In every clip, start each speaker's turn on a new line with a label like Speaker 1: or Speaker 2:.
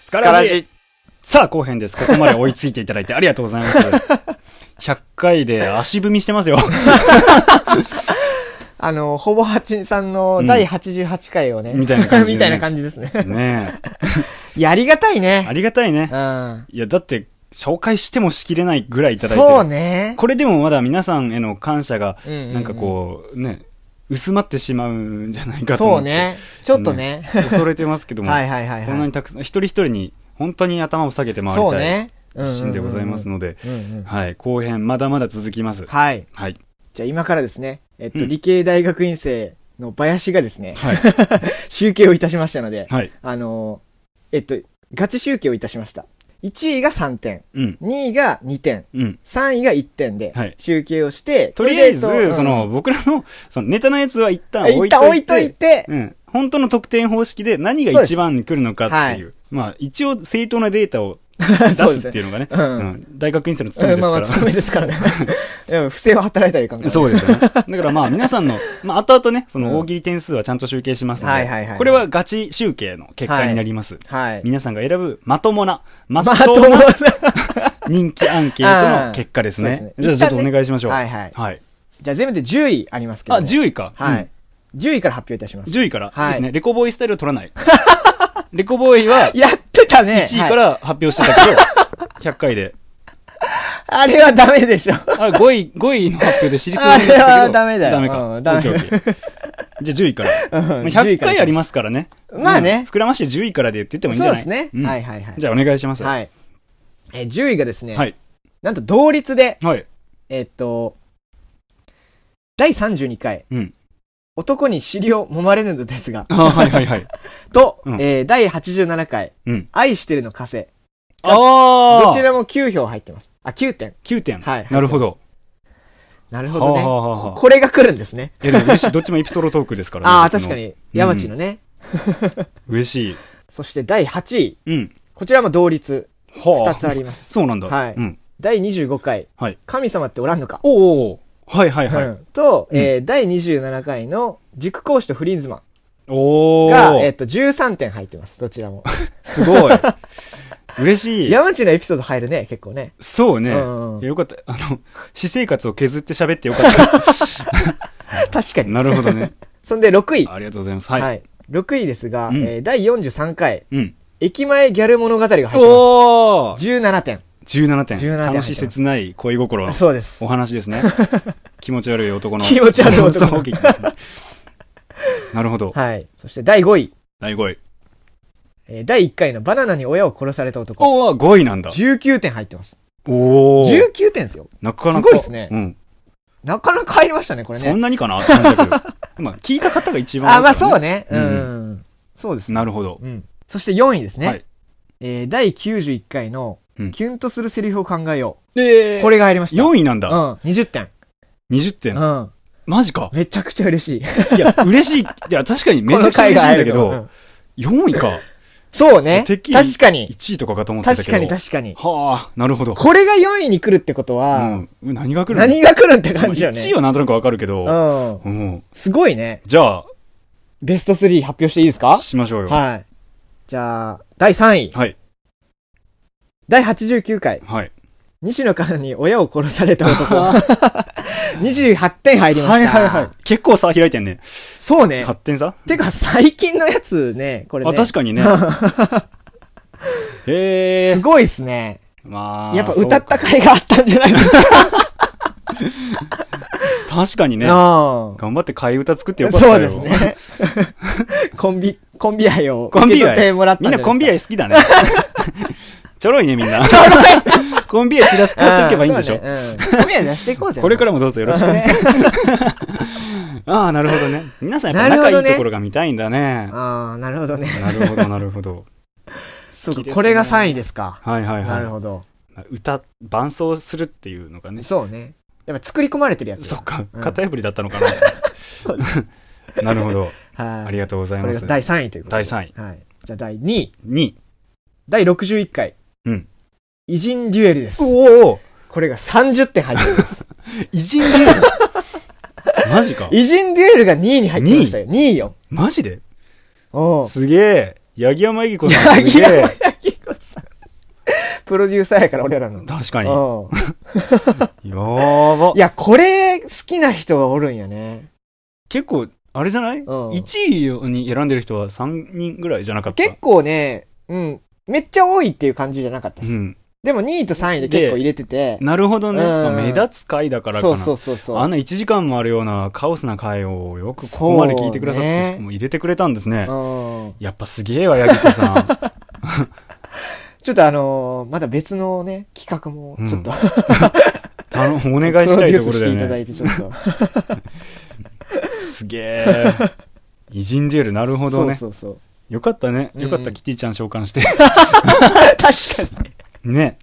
Speaker 1: スカラジさあ、後編です。ここまで追いついていただいてあり がとうございます。100回で足踏みして ますよ。
Speaker 2: あの、ほぼ八さんの第88回をね、
Speaker 1: みたいな感じでね
Speaker 2: みたいな感じですね。
Speaker 1: ね
Speaker 2: いや、ありがたい
Speaker 1: え。あ
Speaker 2: ね。
Speaker 1: りがたいね
Speaker 2: う。ん。
Speaker 1: いや、だって、紹介してもしきれないぐらいいただいてる。
Speaker 2: そうね。
Speaker 1: これでもまだ皆さんへの感謝が、
Speaker 2: うんうんうん
Speaker 1: なんかこう、ね、薄まってしまうんじゃないかと
Speaker 2: そ
Speaker 1: 思
Speaker 2: う
Speaker 1: って。
Speaker 2: ね。ちょっとね。
Speaker 1: 恐れてますけども、
Speaker 2: はいはいはいはい
Speaker 1: こんなにたくさん、一人一人に本当に頭を下げて回り
Speaker 2: そう
Speaker 1: たい
Speaker 2: ね。うんうんうん
Speaker 1: 一心でございますので、
Speaker 2: うんうん
Speaker 1: はい、後編まだまだ続きます。
Speaker 2: はい。
Speaker 1: はい。
Speaker 2: じゃあ今からですね、えっと、
Speaker 1: うん
Speaker 2: 理系大学院生の林がですね、
Speaker 1: はい
Speaker 2: 集計をいたしましたので、
Speaker 1: はい。
Speaker 2: あのー、えっと、ガチ集計をいたしました。1位が3点、
Speaker 1: うん。
Speaker 2: 2位が2点、
Speaker 1: うん。
Speaker 2: 3位が1点で
Speaker 1: はい、
Speaker 2: 集計をして、
Speaker 1: とりあえず、
Speaker 2: これで
Speaker 1: そ、の、僕らの、その、ネタのやつは一旦
Speaker 2: うん
Speaker 1: 置いといて。
Speaker 2: 一旦置いといて、
Speaker 1: うん。本当の得点方式で何が一番に来るのかっていう。まあ、一応正当なデータ を出
Speaker 2: そうです
Speaker 1: す
Speaker 2: ね
Speaker 1: っていうのがね、
Speaker 2: うん
Speaker 1: うん大学院生の務め
Speaker 2: うん
Speaker 1: です
Speaker 2: まあ
Speaker 1: か
Speaker 2: まあ、
Speaker 1: ら。
Speaker 2: 勤めですか らね。でも不正を働いたりいかんからね。
Speaker 1: そうですよ ね。だからまあ皆さんの、まあ後々ね、そ
Speaker 2: うん
Speaker 1: の大喜利点数はちゃんと集計しますので、
Speaker 2: はいはいはいはい
Speaker 1: これはガチ集計の結果になります。
Speaker 2: はい。
Speaker 1: 皆さんが選ぶまともな、ま
Speaker 2: ま
Speaker 1: と
Speaker 2: と
Speaker 1: も
Speaker 2: も
Speaker 1: な
Speaker 2: な
Speaker 1: 人気アンケートの結果です
Speaker 2: あー
Speaker 1: ね。
Speaker 2: そうです
Speaker 1: じ
Speaker 2: ね
Speaker 1: ゃあちょっとお願いしましょう。
Speaker 2: 一旦ねはいはい
Speaker 1: はい。
Speaker 2: じゃあ全部で10位ありますけ
Speaker 1: あ、
Speaker 2: ども。
Speaker 1: 10位か。
Speaker 2: は
Speaker 1: う
Speaker 2: い
Speaker 1: ん。。
Speaker 2: 10位から発表いたします。
Speaker 1: 10位から、
Speaker 2: はい
Speaker 1: ですね。レコボーイスタイルを取らない。 レコボーイは
Speaker 2: やってたね
Speaker 1: 1位から発表してたけど、100回で。
Speaker 2: あれはダメでしょ。
Speaker 1: あれ、5位、5位の発表で知りそうになったけど。
Speaker 2: あれはダメだよ
Speaker 1: ダメか。
Speaker 2: うんダメ
Speaker 1: オッケーオッケーじゃあ10位から。
Speaker 2: うん10
Speaker 1: 100
Speaker 2: 位から
Speaker 1: 回ありますからね。
Speaker 2: まあね
Speaker 1: うん膨らまして10位からでって言ってもいいんじ
Speaker 2: そ
Speaker 1: ゃ
Speaker 2: う
Speaker 1: な
Speaker 2: で
Speaker 1: い
Speaker 2: すね。
Speaker 1: うん
Speaker 2: はいはいはい。
Speaker 1: じゃあお願いします。
Speaker 2: はい。えー、10位がですね、
Speaker 1: はい。
Speaker 2: なんと同率で、
Speaker 1: はい。
Speaker 2: えーっと、第32回、
Speaker 1: うん
Speaker 2: 男に尻を揉まれぬのですが、
Speaker 1: あはいはいはい。
Speaker 2: と、
Speaker 1: うん
Speaker 2: えー第87回、
Speaker 1: うん
Speaker 2: 愛してるの枷、
Speaker 1: ああ
Speaker 2: どちらも9票入ってます。あ、9点。
Speaker 1: ?9 点。
Speaker 2: はい
Speaker 1: なるほど。
Speaker 2: なるほどね。
Speaker 1: はあはあはあはあ
Speaker 2: ここれが来るんですね。
Speaker 1: いやでも嬉しい。どっちもエピソードトークですからね
Speaker 2: ああ、
Speaker 1: 別
Speaker 2: 確
Speaker 1: の
Speaker 2: かに、山地のね。
Speaker 1: 嬉しい。
Speaker 2: そして第8位、
Speaker 1: うん。
Speaker 2: こちらも同率、
Speaker 1: は
Speaker 2: 2つあります。
Speaker 1: そうなんだ。
Speaker 2: はい
Speaker 1: うん。
Speaker 2: 第25回、
Speaker 1: はい。
Speaker 2: 神様っておらんのか。
Speaker 1: おおはいはいは
Speaker 2: う
Speaker 1: い。
Speaker 2: んと、
Speaker 1: うん
Speaker 2: えー、第27回の塾講師とフリーズマン。
Speaker 1: おお
Speaker 2: が、えっと、13点入ってます、どちらも。
Speaker 1: すごい。 嬉しい。
Speaker 2: 山内のエピソード入るね、結構ね。
Speaker 1: そうね。
Speaker 2: うんうん
Speaker 1: いやよかった。あの、私生活を削って喋ってよか った。
Speaker 2: 確かに。
Speaker 1: なるほどね。
Speaker 2: そんで、6位。
Speaker 1: ありがとうございます。は。
Speaker 2: はいい。6位ですが、
Speaker 1: うん
Speaker 2: えー第43回、
Speaker 1: うん。
Speaker 2: 駅前ギャル物語が入ってま
Speaker 1: おー
Speaker 2: す。17点。
Speaker 1: !17 点。
Speaker 2: 17点
Speaker 1: 楽しい切ない恋心の
Speaker 2: そうです
Speaker 1: お。話です ね。気持ち悪い男の。
Speaker 2: 気持ち悪い男の
Speaker 1: そうですねなるほど。
Speaker 2: はい。そして、第5位。
Speaker 1: 第5位。
Speaker 2: えー第1回のバナナに親を殺された男。
Speaker 1: おー、5位なんだ。
Speaker 2: 19点入ってます。
Speaker 1: おー。
Speaker 2: 19点ですよ。
Speaker 1: なかなか。
Speaker 2: すごいっすね
Speaker 1: うん。
Speaker 2: なかなか入りましたね、これ
Speaker 1: そん
Speaker 2: ね。
Speaker 1: なにかなって感じだけど まあ、聞いた方が一番多い
Speaker 2: あ、まあ
Speaker 1: から
Speaker 2: そうね。う
Speaker 1: うん
Speaker 2: ん。そうです。
Speaker 1: なるほど。
Speaker 2: うん。そして4位です
Speaker 1: は
Speaker 2: ね
Speaker 1: い。。
Speaker 2: えー第91回の
Speaker 1: うん、
Speaker 2: キュンとするセリフを考えよ
Speaker 1: え
Speaker 2: う。これが入りました。
Speaker 1: 4位なん
Speaker 2: う
Speaker 1: だ。
Speaker 2: ん、20点。
Speaker 1: 20点。
Speaker 2: うん。
Speaker 1: マジか。
Speaker 2: めちゃくちゃ嬉しい。
Speaker 1: いや、嬉しい。いや、確かにめちゃくちゃ嬉しいんだけ
Speaker 2: この回が入るのう
Speaker 1: ど
Speaker 2: ん、
Speaker 1: 4位か。
Speaker 2: そうね。
Speaker 1: てっ
Speaker 2: 確
Speaker 1: きり
Speaker 2: かに。
Speaker 1: 1位とかかと思ってたけ
Speaker 2: 確
Speaker 1: ど。
Speaker 2: かに確かに。
Speaker 1: はあ、なるほど。
Speaker 2: これが4位に来るってことは、
Speaker 1: うん。何が来るの
Speaker 2: 何が来るって感じよね。
Speaker 1: 1位はなんとなくわかるけど、
Speaker 2: うん。
Speaker 1: うん。
Speaker 2: すごいね。
Speaker 1: じゃ
Speaker 2: ベスト3発表していいです
Speaker 1: あ、
Speaker 2: か
Speaker 1: しましょうよ。
Speaker 2: はい。じゃあ、第3位。
Speaker 1: はい。
Speaker 2: 第89回。
Speaker 1: はい。
Speaker 2: 西野からに親を殺された男。28点入りました。
Speaker 1: い。結構差開いてんね。
Speaker 2: そうね。
Speaker 1: 発展差
Speaker 2: てか、最近のやつね、これね。
Speaker 1: あ、確か にね。へ
Speaker 2: す
Speaker 1: え。
Speaker 2: ごいっすね。
Speaker 1: まあ。
Speaker 2: やっぱ歌った
Speaker 1: そ
Speaker 2: 甲斐があったんじゃないですか。
Speaker 1: うか。確かにね。
Speaker 2: うん
Speaker 1: 頑張って替え歌作ってよかったよ。
Speaker 2: そうですね。 コンビ、コンビ愛を
Speaker 1: コン
Speaker 2: 受け
Speaker 1: ビ
Speaker 2: 取って
Speaker 1: 愛。
Speaker 2: もらった
Speaker 1: みんなコンビ
Speaker 2: 愛
Speaker 1: 愛好きだね。 ちょろいね、みんな。コンビ愛散らす、散らしておけばいいんでしょ。
Speaker 2: コンビ愛出していこうぜ。
Speaker 1: これからもどうぞよろしくね。ああ、なるほどね。皆さんやっぱ仲いいところが見たいんだね。
Speaker 2: ああ、なるほどね。
Speaker 1: なるほど、なるほど。
Speaker 2: そう
Speaker 1: 好きで
Speaker 2: か
Speaker 1: すね
Speaker 2: これが3位ですか。
Speaker 1: はいはい
Speaker 2: なる
Speaker 1: は
Speaker 2: ほど。
Speaker 1: い。歌、伴奏するっていうのがね。
Speaker 2: そうね。やっぱ作り込まれてるやつ
Speaker 1: そ
Speaker 2: だ。
Speaker 1: っか、
Speaker 2: うん
Speaker 1: 型破りだったのかな。
Speaker 2: そうです。
Speaker 1: なるほど。あ
Speaker 2: は
Speaker 1: り
Speaker 2: い。
Speaker 1: がとうござい
Speaker 2: これ
Speaker 1: ま
Speaker 2: が
Speaker 1: す。
Speaker 2: 第3位ということ
Speaker 1: 第
Speaker 2: で。
Speaker 1: 3位。
Speaker 2: 位。はい。じゃあ第2位。
Speaker 1: 2位。
Speaker 2: 第61回。
Speaker 1: うん。
Speaker 2: 偉人デュエルです。
Speaker 1: おお
Speaker 2: これが30点入って ます。
Speaker 1: 偉人デュエルマジか。
Speaker 2: 偉人デュエルが2位に入ってましたよ。2位よ。
Speaker 1: マジで
Speaker 2: おう
Speaker 1: すげえ。八木山由紀子さん
Speaker 2: 八
Speaker 1: す
Speaker 2: 木
Speaker 1: げえ
Speaker 2: 山。八木プロデューサーやから、俺らの。
Speaker 1: 確かに。や
Speaker 2: うん。
Speaker 1: ば
Speaker 2: い。や、これ、好きな人がおるんやね。
Speaker 1: 結構、あれじゃない
Speaker 2: うん
Speaker 1: ?1 位に選んでる人は3人ぐらいじゃなかった。
Speaker 2: 結構ね、うん。めっちゃ多いっていう感じじゃなかったです。
Speaker 1: うん。
Speaker 2: でも2位と3位で結構入れてて。
Speaker 1: なるほどね。
Speaker 2: うん
Speaker 1: まあ目立つ回だからか
Speaker 2: そ
Speaker 1: な。
Speaker 2: うそうそうそ
Speaker 1: あん
Speaker 2: う。
Speaker 1: な1時間もあるようなカオスな回をよくここまで聞いてくださって、
Speaker 2: そうね
Speaker 1: もう入れてくれたんですね。
Speaker 2: うん。
Speaker 1: やっぱすげえわ、八木田さん。
Speaker 2: ちょっとあのーまだ別のね、企画も、ちょっと、
Speaker 1: 頼 むお願
Speaker 2: プ
Speaker 1: い
Speaker 2: ロ
Speaker 1: した
Speaker 2: デ
Speaker 1: い
Speaker 2: ュー
Speaker 1: ところ
Speaker 2: スし
Speaker 1: だ
Speaker 2: てい
Speaker 1: よ
Speaker 2: ただ
Speaker 1: ね。
Speaker 2: いて、ちょっと。
Speaker 1: すげえ。偉人デュエル、なるほどね。
Speaker 2: そうそうそう。
Speaker 1: よかったね。
Speaker 2: うん
Speaker 1: よかった、キティちゃん召喚 して。
Speaker 2: 確かに。
Speaker 1: ね。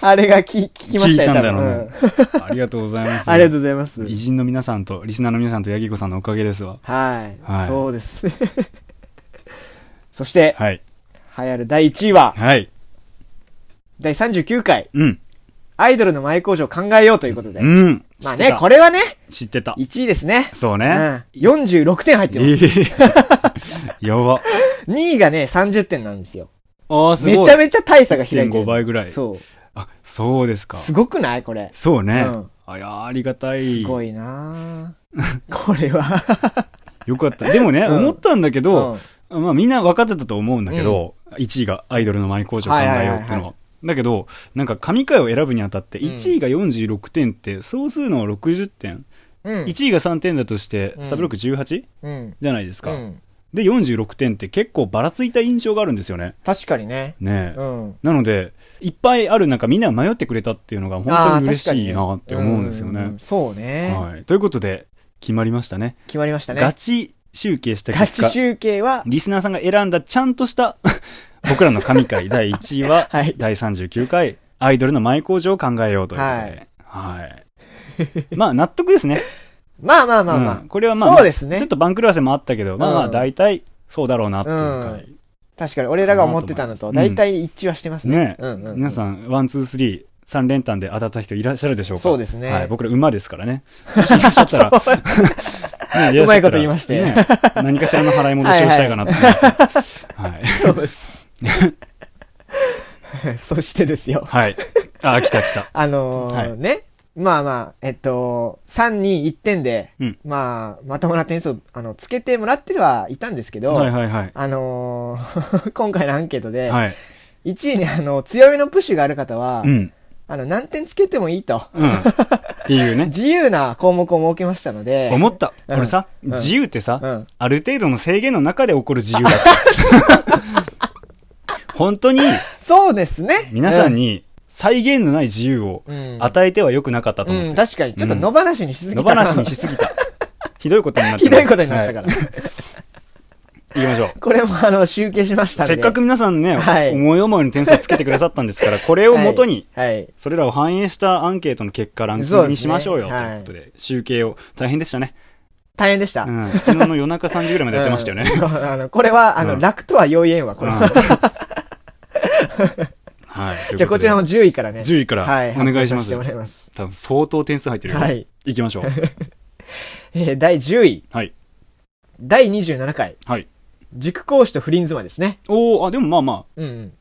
Speaker 2: あれが聞聞きましたよ、
Speaker 1: 聞いたん
Speaker 2: 多
Speaker 1: だろうね
Speaker 2: 分。うん
Speaker 1: ありがとうございます。
Speaker 2: ありがとうございます。
Speaker 1: 偉人の皆さんと、リスナーの皆さんと、八木子さんのおかげですわ。
Speaker 2: はい。
Speaker 1: はい
Speaker 2: そうです。 そして、
Speaker 1: はい。
Speaker 2: 流行る第1位は、
Speaker 1: はい。
Speaker 2: 第39回、
Speaker 1: うん。
Speaker 2: アイドルの前工場を考えようということで。
Speaker 1: うん。
Speaker 2: ま
Speaker 1: 知
Speaker 2: あ
Speaker 1: って
Speaker 2: ね、
Speaker 1: た
Speaker 2: これはね、
Speaker 1: 知ってた。
Speaker 2: 1位ですね。
Speaker 1: そう
Speaker 2: うん
Speaker 1: ね。。
Speaker 2: 46点入ってま
Speaker 1: いい や ば。
Speaker 2: す。2位がね、30点なんですよ。
Speaker 1: ああ、すごい。
Speaker 2: めちゃめちゃ大差が開いて
Speaker 1: 1.5
Speaker 2: る。
Speaker 1: 倍ぐらい。
Speaker 2: そ
Speaker 1: あ、そうです
Speaker 2: う。
Speaker 1: か。
Speaker 2: すごくないこれ。
Speaker 1: そうね。
Speaker 2: うん
Speaker 1: あいやーありがたい。
Speaker 2: すごいなぁこれは。
Speaker 1: よかった。でもね、
Speaker 2: うん
Speaker 1: 思ったんだけど、
Speaker 2: うん
Speaker 1: まあみんな分かってたと思うんだけど、1位がアイドルの前工場考えようっていうのは。
Speaker 2: はいはいはいは
Speaker 1: だけど、なんか神回を選ぶにあたって、
Speaker 2: うん
Speaker 1: 1位が46点って、総数の60点。
Speaker 2: うん。
Speaker 1: 1位が3点だとして
Speaker 2: う、ん
Speaker 1: サブロック 18?
Speaker 2: うん。
Speaker 1: じゃないですか。
Speaker 2: うん
Speaker 1: で、46点って結構ばらついた印象があるんですよね。
Speaker 2: 確かにね。
Speaker 1: ねえ。
Speaker 2: うん。
Speaker 1: なので、いっぱいある中、みんな迷ってくれたっていうのが本当
Speaker 2: あ
Speaker 1: に
Speaker 2: ー
Speaker 1: 嬉
Speaker 2: 確かに
Speaker 1: しい
Speaker 2: ね
Speaker 1: なって思うんですよね。
Speaker 2: そうね。
Speaker 1: はい、ということで、決まりましたね。
Speaker 2: 決まりましたね。
Speaker 1: ガチ集計した
Speaker 2: ガ
Speaker 1: 結
Speaker 2: チ
Speaker 1: 果、
Speaker 2: 集計は、
Speaker 1: リスナーさんが選んだちゃんとした 僕らの神回第1位は、
Speaker 2: はい。
Speaker 1: 第39回、アイドルの前工場を考えようということで。はい。まあ、納得ですね。
Speaker 2: まあま あまあまあ。
Speaker 1: うんこれはまあ、
Speaker 2: そうですね
Speaker 1: ちょっと番狂わせもあったけど、まあまあ、
Speaker 2: うん
Speaker 1: 大体、そうだろうなっていう回。
Speaker 2: 確かに、俺らが思ってたのと、大体一致はしてますね。
Speaker 1: ね、
Speaker 2: うんうんうん
Speaker 1: 皆さん、ワン、ツー、スリー、三連単で当たった人いらっしゃるでしょうか
Speaker 2: そうですね
Speaker 1: はい、僕ら馬ですからね。もしいらっしゃったら、ね
Speaker 2: うまいこと言いまして
Speaker 1: ね何かしらの払い戻しをしたいかなと思います。はい。
Speaker 2: そうです。 そしてですよ。
Speaker 1: はい。あ、来た来た。
Speaker 2: あのー
Speaker 1: はい
Speaker 2: ね。まあまあ、えっと、3、2、1点で、
Speaker 1: うん
Speaker 2: まあ、まともな点数を、あの、つけてもらってはいたんですけど、
Speaker 1: はいはいはい。
Speaker 2: あのー 今回のアンケートで、
Speaker 1: はい。
Speaker 2: 1位にあの、強めのプッシュがある方は、
Speaker 1: うん。
Speaker 2: あの、何点つけてもいいと、
Speaker 1: うん。っていうね。
Speaker 2: 自由な項目を設けましたので、
Speaker 1: 思った。
Speaker 2: うん
Speaker 1: 俺さ、
Speaker 2: うん
Speaker 1: 自由ってさ、
Speaker 2: うん
Speaker 1: ある程度の制限の中で起こる自由だ った。本当に、
Speaker 2: そうですね。
Speaker 1: 皆さんに、再現のない自由を
Speaker 2: うん
Speaker 1: 与えては良くなかったと
Speaker 2: う
Speaker 1: 思っ
Speaker 2: ん、
Speaker 1: て
Speaker 2: うん、確かに、ちょっと野放しにしすぎ
Speaker 1: 野
Speaker 2: たな、
Speaker 1: 放しにしすぎ た。ひどいことになった。。
Speaker 2: ひどいことになったからら。
Speaker 1: 行きましょう。
Speaker 2: これもあの、集計しましたんで。
Speaker 1: せっかく皆さんね、
Speaker 2: はい
Speaker 1: 思い思いの点数をつけてくださったんですから、これ
Speaker 2: こ
Speaker 1: をもとに、
Speaker 2: はい。はい
Speaker 1: それらを反映したアンケートの結果、ランキングにしましょうよ、ということで、集計を、大変でしたね。
Speaker 2: 大変でした。
Speaker 1: うん。昨日の夜中3時ぐらいまでやってましたよね。
Speaker 2: うんあの、これは、あの、
Speaker 1: うん
Speaker 2: 楽とは要言わ、こ
Speaker 1: うん
Speaker 2: れ。
Speaker 1: はい。というとで
Speaker 2: じゃあ、こちらの10位からね。
Speaker 1: 10位から
Speaker 2: はい。
Speaker 1: お願いします
Speaker 2: 発表させてもらいます。
Speaker 1: 多分相当点数入ってるよ。
Speaker 2: はい。
Speaker 1: 行きましょう。
Speaker 2: えー第10位。
Speaker 1: はい。
Speaker 2: 第27回。
Speaker 1: はい。
Speaker 2: 塾講師と不倫妻ですね。
Speaker 1: おー、あ、でもまあまあ、
Speaker 2: うん。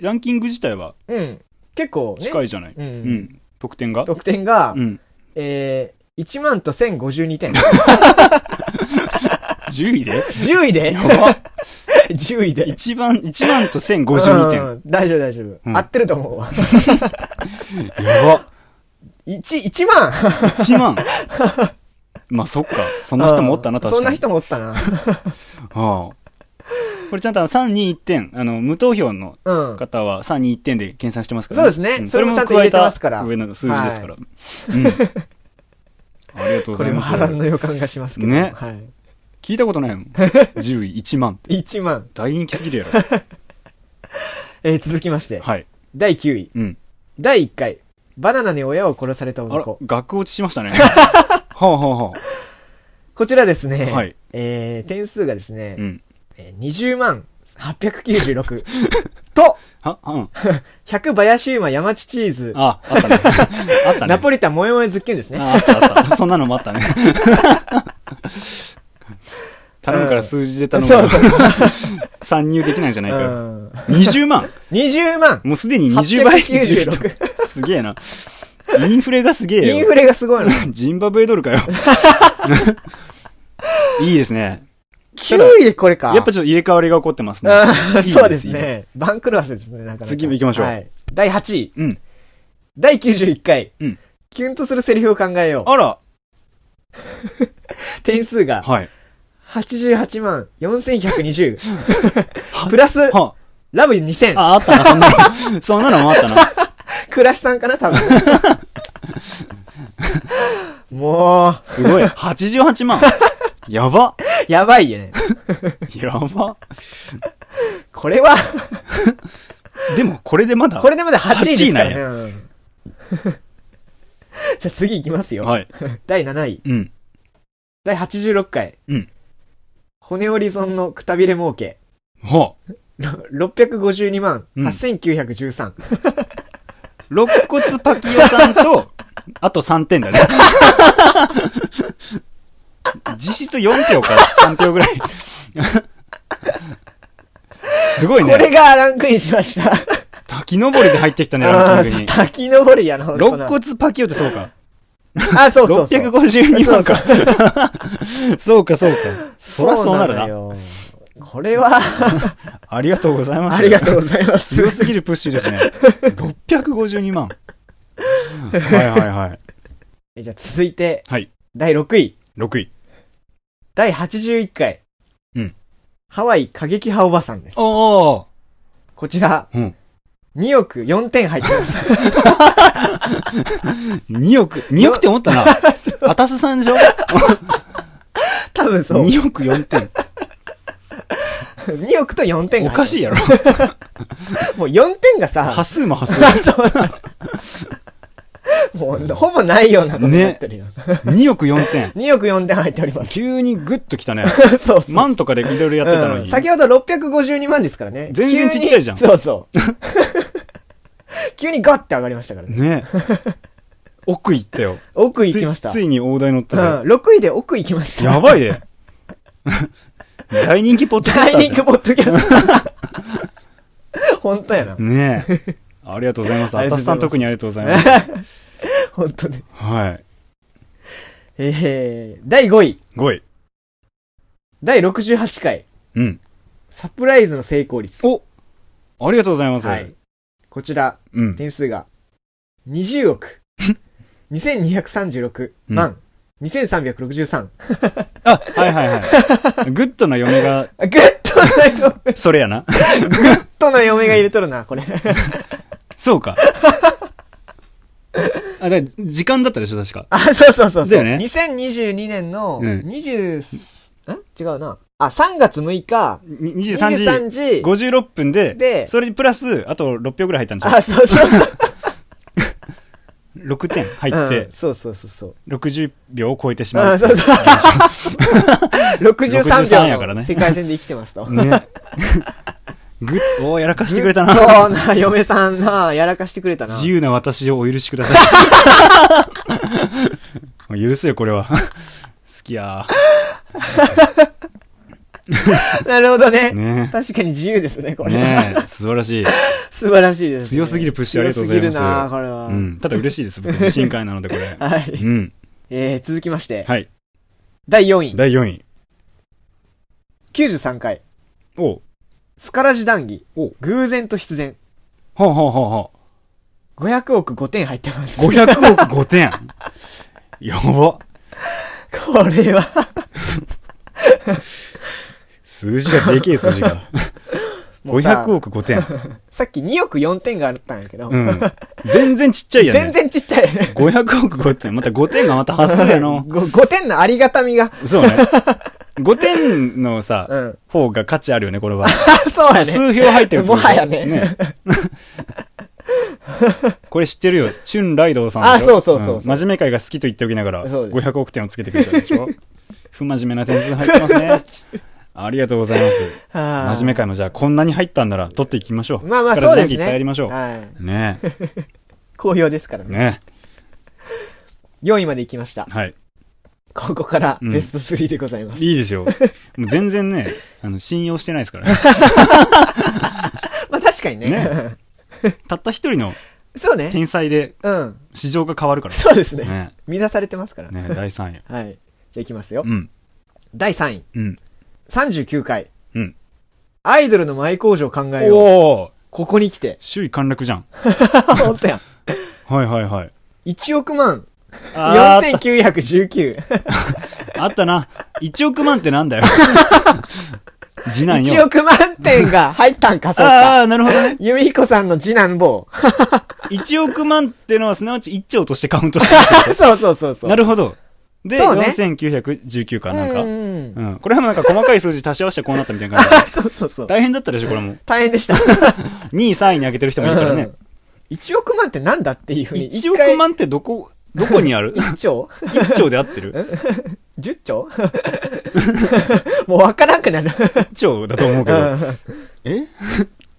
Speaker 1: ランキング自体は
Speaker 2: うん。結構ね。
Speaker 1: 近いじゃない。
Speaker 2: うん
Speaker 1: うん。得点が
Speaker 2: 得点が、
Speaker 1: うん。
Speaker 2: えー、1万と1052点。
Speaker 1: 10位で
Speaker 2: 10 位で ?10 位で。
Speaker 1: 一番、1万と1052点。
Speaker 2: うん。大丈夫、大丈夫。
Speaker 1: うん
Speaker 2: 合ってると思うわ。
Speaker 1: やば。
Speaker 2: 1、1万
Speaker 1: 1万。まあそっか。そんな人もおったな、
Speaker 2: うん
Speaker 1: 確かに。
Speaker 2: そんな人もおったな。
Speaker 1: はあ。これちゃんとあの3、2、1点。あの、無投票の
Speaker 2: うん。
Speaker 1: 方は3、2、1点で計算してますから、
Speaker 2: そうですねそれもちゃんと入れてますから
Speaker 1: それも加えた上の数字ですから。うん。ありがとうご
Speaker 2: こ
Speaker 1: ざ
Speaker 2: れ
Speaker 1: い
Speaker 2: は
Speaker 1: ます
Speaker 2: 波。乱の予感がしますけど。
Speaker 1: ね
Speaker 2: はい。
Speaker 1: 聞いたことないもん。10位1万って。
Speaker 2: 1万。
Speaker 1: 大人気すぎるやろ。
Speaker 2: えー続きまして、
Speaker 1: はい。
Speaker 2: 第9位。
Speaker 1: うん。
Speaker 2: 第1回。バナナに親を殺された
Speaker 1: あら
Speaker 2: 男。、
Speaker 1: 額落ちしましたね。はあはあは
Speaker 2: こちらですね。
Speaker 1: はい
Speaker 2: えー点数がですね
Speaker 1: あ。う、ん。
Speaker 2: えー20万896と、
Speaker 1: は、うん。
Speaker 2: 100林馬山地チーズ、
Speaker 1: あ、あったね。あったね。
Speaker 2: ナポリタン もえもえズッキュンですね。
Speaker 1: ああったあった。そんなのもあったね。頼むから数字で頼む
Speaker 2: そ
Speaker 1: か
Speaker 2: う
Speaker 1: ら
Speaker 2: そう。
Speaker 1: 参入できないんじゃないかよ。
Speaker 2: うん。
Speaker 1: 20万
Speaker 2: 20万
Speaker 1: もうすでに20倍以上
Speaker 2: 896
Speaker 1: すげえな。インフレがすげえよ。
Speaker 2: インフレがすごいの。
Speaker 1: ジンバブエドルかよ。 いいですね。
Speaker 2: 9位でこれか。
Speaker 1: やっぱちょっと入れ替わりが起こってますね。
Speaker 2: あー
Speaker 1: いい
Speaker 2: そうです
Speaker 1: いい
Speaker 2: ね。番狂わせですね、なかなか
Speaker 1: 次も行きましょう
Speaker 2: はい。第8位。
Speaker 1: うん。
Speaker 2: 第91回。
Speaker 1: うん
Speaker 2: キュンとするセリフを考えよ
Speaker 1: あら、
Speaker 2: う。点数が
Speaker 1: はい。
Speaker 2: 88万4120。プラス、
Speaker 1: は
Speaker 2: ラブ2000。
Speaker 1: あ、あったな、そんなの。そんなのもあったな。
Speaker 2: クラスさんか な多分。もう、
Speaker 1: すごい。88万。やば。
Speaker 2: やばいよね。
Speaker 1: やば。
Speaker 2: これは、
Speaker 1: でも、これでまだ。
Speaker 2: これでまだ8位ですから
Speaker 1: 8位
Speaker 2: ね。
Speaker 1: な
Speaker 2: うん じゃあ次行きますよ。
Speaker 1: はい。
Speaker 2: 第7位。
Speaker 1: うん。
Speaker 2: 第86回。
Speaker 1: うん
Speaker 2: 骨折り損のくたびれ儲け。
Speaker 1: は
Speaker 2: ろ652万
Speaker 1: うん
Speaker 2: 8913。
Speaker 1: あ、肋骨パキオさんと、あと3点だね。実質4票から3票ぐらい。すごいね。
Speaker 2: これがランクインしました。
Speaker 1: 滝登りで入ってきたね、
Speaker 2: あ
Speaker 1: ランキング
Speaker 2: ー
Speaker 1: に。
Speaker 2: 滝登りやな、ほんと
Speaker 1: 肋
Speaker 2: な。
Speaker 1: 骨パキオってそうか。
Speaker 2: あ、そうそうそう。
Speaker 1: 652万か。そうか、そうか。そらそうなる
Speaker 2: の
Speaker 1: な。
Speaker 2: よ。これ は、
Speaker 1: ありがとうございます。
Speaker 2: ありがとうございま
Speaker 1: 強
Speaker 2: す。
Speaker 1: すぎるプッシュですね。652万。はいはいはい。
Speaker 2: えじゃあ続いて、
Speaker 1: はい
Speaker 2: 第6位。
Speaker 1: 6位。
Speaker 2: 第81回。
Speaker 1: うん
Speaker 2: ハワイ過激派 おばさんです。
Speaker 1: おお。
Speaker 2: こちら、
Speaker 1: うん
Speaker 2: 2億4点入って ます。
Speaker 1: 2億、2億って 思 ったな。あたすさんでしょ
Speaker 2: 多分そう。
Speaker 1: ?2 億4点。
Speaker 2: 2億と4
Speaker 1: お
Speaker 2: 点が入ってます。
Speaker 1: かし いやろ。
Speaker 2: もう4点がさ、
Speaker 1: 端数も端
Speaker 2: そうなのもう、ほぼないようなことになってるよ。
Speaker 1: 数。2億4点。
Speaker 2: 2億4点入っております。
Speaker 1: 急にグッとき たね。
Speaker 2: そうそうそう。
Speaker 1: 万とかでいろいろやってたの
Speaker 2: うん
Speaker 1: に。
Speaker 2: 先ほど652万ですからね。
Speaker 1: 全然
Speaker 2: 急
Speaker 1: ち
Speaker 2: に
Speaker 1: っちゃいじゃん
Speaker 2: そうそう。 急にガッて上がりましたからね。
Speaker 1: ね奥行ったよ。
Speaker 2: 奥行きました。
Speaker 1: ついついに大台乗っ
Speaker 2: う
Speaker 1: た
Speaker 2: ん、
Speaker 1: ぜ。
Speaker 2: 6位で奥行きました。
Speaker 1: やばい ね。大人気ポッドキャス
Speaker 2: 大
Speaker 1: ターじ
Speaker 2: 人気ポッドキャスト。本当やな
Speaker 1: ゃ。ん。ねえ。ありがとうございます。
Speaker 2: あ
Speaker 1: あ
Speaker 2: りが
Speaker 1: た
Speaker 2: とう
Speaker 1: すさ
Speaker 2: ございます
Speaker 1: ん特にありがとうございます。
Speaker 2: 本当ね。
Speaker 1: はい。
Speaker 2: えー、第5位。
Speaker 1: 5位。
Speaker 2: 第68回。
Speaker 1: うん。
Speaker 2: サプライズの成功率。
Speaker 1: おありがとうございます。
Speaker 2: はい。こちら、
Speaker 1: うん。
Speaker 2: 点数が20億2236万、2363
Speaker 1: あ、はいはい はい。グッドな嫁が、
Speaker 2: あグッドな嫁グッ
Speaker 1: それやな。
Speaker 2: ドな嫁が入れとるなこれ
Speaker 1: そうか。あ、だから時間だったでしょ、確か。
Speaker 2: あそうそうそうそう
Speaker 1: だよね
Speaker 2: 2022年の
Speaker 1: うん
Speaker 2: 20、ん違うなあ3月6日
Speaker 1: に
Speaker 2: 23
Speaker 1: 23時
Speaker 2: 時
Speaker 1: 56分で、
Speaker 2: で
Speaker 1: それにプラス、あと6票ぐらい入ったんでしょ
Speaker 2: あそうそうそう
Speaker 1: ?6 点入っ
Speaker 2: うん
Speaker 1: て、
Speaker 2: そうそうそうそう
Speaker 1: 60秒を超えてしまう
Speaker 2: あ
Speaker 1: ってい
Speaker 2: そううそう 63
Speaker 1: 63やから
Speaker 2: 秒の
Speaker 1: ね
Speaker 2: 世界戦で生きてますと
Speaker 1: ね。グッ、おーやらかしてくれたな。
Speaker 2: そうな嫁さんなやらかしてくれたな
Speaker 1: 自由な私をお許しくださ い。もう許すよ、これは。好きや。
Speaker 2: なるほどね
Speaker 1: ね
Speaker 2: 確かに自由ですねこれ
Speaker 1: ねえ、素晴らしい。
Speaker 2: 素晴らしいです、ね。
Speaker 1: 強すぎるプッシュありがとうございます
Speaker 2: 強すぎるなこれは。
Speaker 1: うん。ただ嬉しいです、僕、自信会なので、これ。
Speaker 2: はい。
Speaker 1: うん。
Speaker 2: えー、続きまして、
Speaker 1: はい。
Speaker 2: 第4位。
Speaker 1: 第4位。
Speaker 2: 93回。
Speaker 1: おう
Speaker 2: スカラジ談義
Speaker 1: お。
Speaker 2: 偶然と必然。
Speaker 1: ほうほうほうほ
Speaker 2: 500億5点入ってます。
Speaker 1: う。
Speaker 2: こ
Speaker 1: 500億5点。やば。
Speaker 2: れは、
Speaker 1: 数字がでけえ数字が。
Speaker 2: もうさ
Speaker 1: 500、億5点。
Speaker 2: さっき2億4点があったんやけど、
Speaker 1: うん。全然ちっちゃいやん、ね。
Speaker 2: 全然ちっちゃい。
Speaker 1: 500億5点。また5点がまた発数やの。
Speaker 2: ご 5, 点のありがたみが。
Speaker 1: そうね。5点のさ、
Speaker 2: うん。
Speaker 1: 方が価値あるよね、これは。
Speaker 2: そうやね。
Speaker 1: 数票入ってるってこと
Speaker 2: もはやね
Speaker 1: これ知ってるよ。チュンライドウさんでしょ。
Speaker 2: あそうそうそうそうん
Speaker 1: 真面目会が好きと言っておきながら、
Speaker 2: そうです
Speaker 1: 500億点をつけてくれたでしょ。 不真面目な点数入ってます ね。ありがとうございます。
Speaker 2: 真
Speaker 1: 真面目会もじゃあこんなに入ったんなら取っていきましょう。
Speaker 2: まあまあ
Speaker 1: 力
Speaker 2: そう
Speaker 1: 強
Speaker 2: で
Speaker 1: く
Speaker 2: す
Speaker 1: いっぱい
Speaker 2: ね。
Speaker 1: やりましょ
Speaker 2: はい。
Speaker 1: う。ねえ。
Speaker 2: 好評ですからね。
Speaker 1: ね
Speaker 2: 4位まで行きました。
Speaker 1: はい。
Speaker 2: ここからベスト3でございます。
Speaker 1: いいですよ。もう全然ね、あの、信用してないですから。
Speaker 2: まあ確かにね。
Speaker 1: ねたった一人の
Speaker 2: そうね。
Speaker 1: 天才で
Speaker 2: うん。
Speaker 1: 市場が変わるから。
Speaker 2: そうですね。
Speaker 1: ね
Speaker 2: 見出されてますから。
Speaker 1: ね、第3位。
Speaker 2: はい。じゃあいきますよ。
Speaker 1: うん。
Speaker 2: 第3位。
Speaker 1: うん。
Speaker 2: 39回。
Speaker 1: うん。
Speaker 2: アイドルの前工場考えよう。
Speaker 1: おお。
Speaker 2: ここに来て
Speaker 1: 首位陥落じゃん。
Speaker 2: ほんとやん。
Speaker 1: はいはいはい。
Speaker 2: 1億万。
Speaker 1: あー
Speaker 2: 4919。
Speaker 1: あったな。1億万ってなん だよ。次男よ。
Speaker 2: 1億万点が入ったんか、そう
Speaker 1: あ
Speaker 2: か。
Speaker 1: あ、なるほどね。
Speaker 2: 由美彦さんの次 男坊。
Speaker 1: 1億万ってのは、すなわち1兆としてカウントして
Speaker 2: そうそうそうそ
Speaker 1: る。
Speaker 2: う。
Speaker 1: なるほど。で、
Speaker 2: そうね
Speaker 1: 4919か、なんか。
Speaker 2: う
Speaker 1: うん
Speaker 2: うん うん
Speaker 1: ん。これはなんか細かい数字足し合わせてこうなったみたいな 感じ。
Speaker 2: あそうそうそう。
Speaker 1: 大変だったでしょ、これも。
Speaker 2: 大変でした。
Speaker 1: 2位、3位に上げてる人もいるからね。
Speaker 2: 1億万ってなんだっていうふうに。
Speaker 1: 1億万ってどこ、どこにあ る
Speaker 2: ?1 兆
Speaker 1: ?1 兆で合ってる
Speaker 2: ?10 兆 もうわからんくなる。
Speaker 1: ?1 兆だと思うけど。え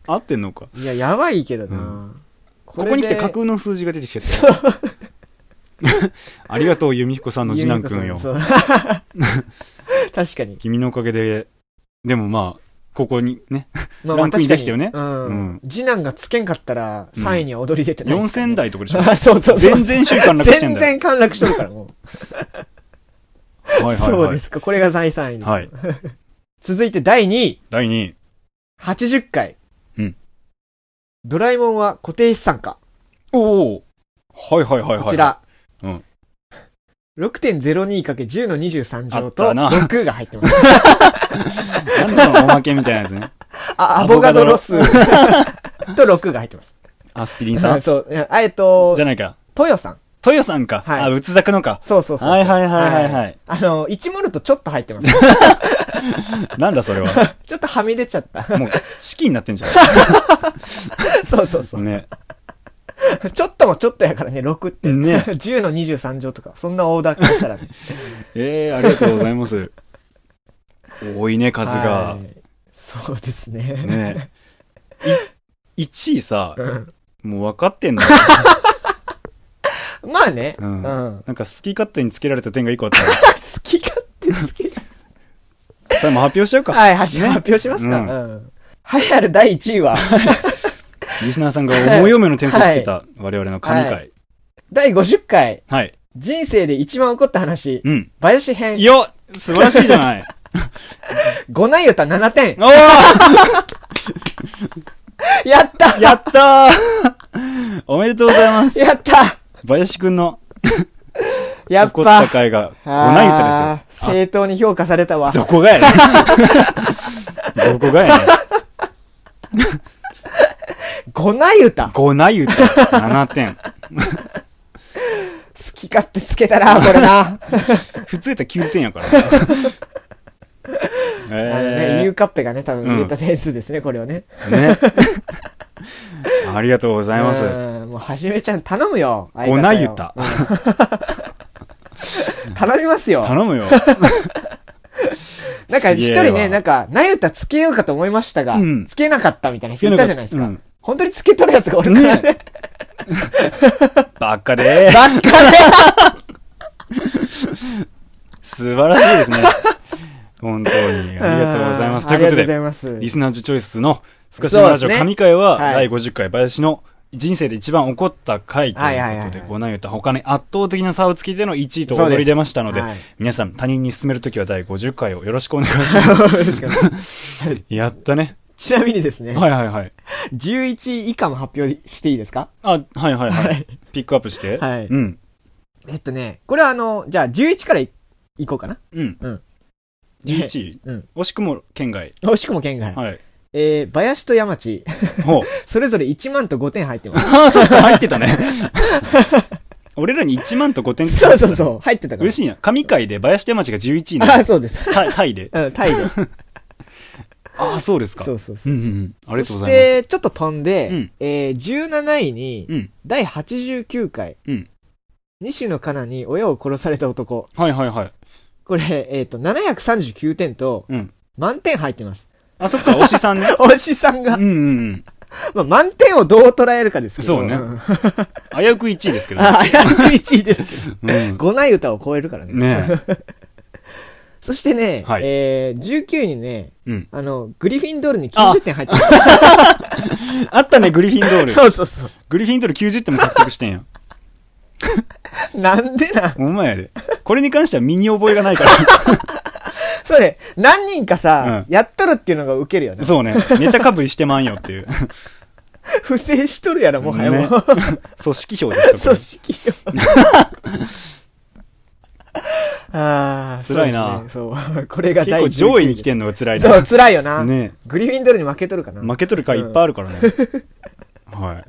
Speaker 1: 合ってんのか。
Speaker 2: いや、やばいけどな。
Speaker 1: こ
Speaker 2: れで
Speaker 1: こに来て架空の数字が出てきちゃった。 ありがとう、由美彦さんの次男くんよ。
Speaker 2: 由美子さん そう確かに。
Speaker 1: 君のおかげで、でもまあ、ここにね、
Speaker 2: ま
Speaker 1: ランクインできたよね
Speaker 2: 確かにう
Speaker 1: うん
Speaker 2: ん。次男がつけんかったら、3位には躍り出てないですからね。
Speaker 1: 4000台とかでしょ。
Speaker 2: あ そうそうそう。
Speaker 1: 全然首位陥落してん
Speaker 2: 全
Speaker 1: だよ。
Speaker 2: 然陥落しと るからも
Speaker 1: は
Speaker 2: う。
Speaker 1: いはい
Speaker 2: そう
Speaker 1: は
Speaker 2: で
Speaker 1: い。
Speaker 2: すか。これが第3位です。
Speaker 1: はい。
Speaker 2: 続いて第2位。
Speaker 1: 第2位。
Speaker 2: 80回。
Speaker 1: うん
Speaker 2: ドラえもんは固定資産か。
Speaker 1: おおはいはいはいはい。
Speaker 2: こち。ら。
Speaker 1: うん
Speaker 2: 6.02かけ10の23
Speaker 1: あ
Speaker 2: 乗
Speaker 1: っ
Speaker 2: と
Speaker 1: たな
Speaker 2: 6が入ってます。
Speaker 1: なんだろうおまけみたいなやつ ね。
Speaker 2: あ、
Speaker 1: ア
Speaker 2: ア
Speaker 1: ボ
Speaker 2: ボ
Speaker 1: カ
Speaker 2: カ
Speaker 1: ド
Speaker 2: ド
Speaker 1: ロ
Speaker 2: ロスと6が入ってます。
Speaker 1: アスピリンさん
Speaker 2: そう。いやあえっと
Speaker 1: じゃ、ないか。
Speaker 2: トヨさん。
Speaker 1: トヨさんか。
Speaker 2: はい
Speaker 1: あ、うつざくのか。
Speaker 2: そうそうそうそう。
Speaker 1: はいはいはいはいはい。
Speaker 2: あの、1モルトちょっと入ってます。
Speaker 1: なんだそれは。
Speaker 2: ちょっとはみ出ちゃった。
Speaker 1: もう、式になってんじゃ
Speaker 2: そうそうそ
Speaker 1: ん。ね。
Speaker 2: う。ちょっともちょっとやからね、6って。
Speaker 1: ね。
Speaker 2: 10の23乗とか、そんなオーダー化したら ね。
Speaker 1: ええありがとうございます。多いね、数が
Speaker 2: は。い。そうですね。
Speaker 1: ねい1位さ、
Speaker 2: うん
Speaker 1: もう分かってん だよ。
Speaker 2: まあね。
Speaker 1: う
Speaker 2: うんん。好
Speaker 1: なんか好き勝手につけられた点が1個あった
Speaker 2: き勝手好き勝
Speaker 1: ら。それも発表しちゃう
Speaker 2: 手。
Speaker 1: か。
Speaker 2: はい、発表発表しますか。
Speaker 1: う
Speaker 2: うん。栄えある第1位は、
Speaker 1: リスナーさんが思い読めの点数をつけた我々の神
Speaker 2: は
Speaker 1: 回。
Speaker 2: 第50回、
Speaker 1: はい。
Speaker 2: 人生で一番起こった話、
Speaker 1: うん。
Speaker 2: 林編、
Speaker 1: よっ素晴らしいじゃ ない。
Speaker 2: 五内歌7点。
Speaker 1: おー
Speaker 2: やった
Speaker 1: やったーおめでとうございます。
Speaker 2: やった
Speaker 1: 林くんの
Speaker 2: やっ
Speaker 1: 怒った
Speaker 2: ぱ、
Speaker 1: 回が、五ない歌
Speaker 2: あ
Speaker 1: で
Speaker 2: ー
Speaker 1: すよ。
Speaker 2: 正当に評価されたわ
Speaker 1: あ、。どこがやねんどこがやねん
Speaker 2: 五内歌好
Speaker 1: 五ない歌、7点。
Speaker 2: き勝手つけたな、これな。
Speaker 1: 普通やったら9点や から。
Speaker 2: あの
Speaker 1: え
Speaker 2: ね、ゆうかっぺがね、多分入れた点数ですね、これをね。
Speaker 1: ー、ね。ありがとうございます。
Speaker 2: うんもうはじめちゃん頼むよ。
Speaker 1: ごなゆ
Speaker 2: 相方
Speaker 1: た。
Speaker 2: よ 頼みますよ。
Speaker 1: 頼むよ。
Speaker 2: なんか一
Speaker 1: すげえ
Speaker 2: 人
Speaker 1: わ
Speaker 2: ね、なんか、なゆたつけようかと思いましたが、
Speaker 1: うん
Speaker 2: つけなかったみたいな
Speaker 1: つけ
Speaker 2: 人い
Speaker 1: なかった
Speaker 2: たじゃないですか。
Speaker 1: うん
Speaker 2: 本当につけとるやつがおるからね。
Speaker 1: ばっかでー。
Speaker 2: ばっか
Speaker 1: 素晴らしいですね。本当に。ありがとうございます。と
Speaker 2: あ
Speaker 1: いう
Speaker 2: り
Speaker 1: こ
Speaker 2: が
Speaker 1: と
Speaker 2: とうござい
Speaker 1: で、
Speaker 2: ます。
Speaker 1: リスナーズチョイスのスカシマラジオ
Speaker 2: そうですね
Speaker 1: 神回は、
Speaker 2: はい
Speaker 1: 第50回、林の人生で一番起こった回と
Speaker 2: はいはいいは
Speaker 1: うこ
Speaker 2: い
Speaker 1: と
Speaker 2: は
Speaker 1: で、
Speaker 2: い
Speaker 1: ごなゆた、他に圧倒的な差をつけての1位と
Speaker 2: そうで
Speaker 1: 踊
Speaker 2: す
Speaker 1: り出ましたので
Speaker 2: はい、
Speaker 1: 皆さん、他人に勧めるときは第50回をよろしくお願いします。やったね。
Speaker 2: ちなみにですね、
Speaker 1: はいはいはい。
Speaker 2: 11位以下も発表していいですか
Speaker 1: あ、はいはいは。
Speaker 2: はい
Speaker 1: ピックアップして。
Speaker 2: はい
Speaker 1: うん。
Speaker 2: えっとね、これはあの、じゃあ11からいいこうかな。
Speaker 1: うん。
Speaker 2: うん
Speaker 1: 11位。
Speaker 2: うん
Speaker 1: 惜しくも県外。
Speaker 2: 惜しくも県外。
Speaker 1: はい。
Speaker 2: えー、林と山地、
Speaker 1: ほう。
Speaker 2: それぞれ1万と5点入っ てます。
Speaker 1: ああ、そう入ってたね。俺らに1万と5点
Speaker 2: そうそうそう、入ってたから。
Speaker 1: 嬉しいな。神回で林手町が11位
Speaker 2: あ
Speaker 1: ね
Speaker 2: あ、。そうです。
Speaker 1: タタイで。
Speaker 2: うん、 タイで。
Speaker 1: ああ、そうですか。
Speaker 2: そううそうそう。
Speaker 1: んうんうん。ありがとうご
Speaker 2: そし
Speaker 1: ざい
Speaker 2: て、ちょっと飛んで、
Speaker 1: うん
Speaker 2: えー、17位に、
Speaker 1: ます。うん。
Speaker 2: 第89回、
Speaker 1: うん
Speaker 2: 西野カナに親を殺された男。
Speaker 1: はいはいはい。
Speaker 2: これ、えっ、と、739点と、
Speaker 1: うん
Speaker 2: 満点入ってます。
Speaker 1: あ、そっか、推しさんね。
Speaker 2: おしさんが、
Speaker 1: うんうんうん。
Speaker 2: まあ、満点をどう捉えるかですけど。
Speaker 1: そうね
Speaker 2: ん
Speaker 1: 危うく1位ですけどね。
Speaker 2: あ、危うく1位ですけど。
Speaker 1: うん
Speaker 2: 五ない歌を超えるからね。
Speaker 1: ねえ。
Speaker 2: そしてね、
Speaker 1: はい
Speaker 2: えー、19にね、
Speaker 1: うん。
Speaker 2: あの、グリフィンドールに90点入ってます。
Speaker 1: あったね、グリフィンドール。
Speaker 2: そうそうそ
Speaker 1: グリフィンドール90点も獲得してんや。
Speaker 2: う。なんでな。
Speaker 1: ほんまやで。これに関しては身に覚えがないか
Speaker 2: そうね、何人かさ、
Speaker 1: う
Speaker 2: やっとるっていうのがウケるよね
Speaker 1: ら。。そうね。ネタかぶりしてまんよっていう。
Speaker 2: 不正しとるやろ、もはやも
Speaker 1: ね
Speaker 2: う。
Speaker 1: 組織票ですかこ
Speaker 2: 組織 よ。ああ、
Speaker 1: 辛いな
Speaker 2: そうですね。そう。 これが
Speaker 1: れ。結
Speaker 2: 第
Speaker 1: 構上位に来て
Speaker 2: ん
Speaker 1: んのが辛い
Speaker 2: そ
Speaker 1: な
Speaker 2: う、。辛いよな。
Speaker 1: ね
Speaker 2: グリフィンドールに負けとるかな。
Speaker 1: 負けとる回いっぱいあるからね。は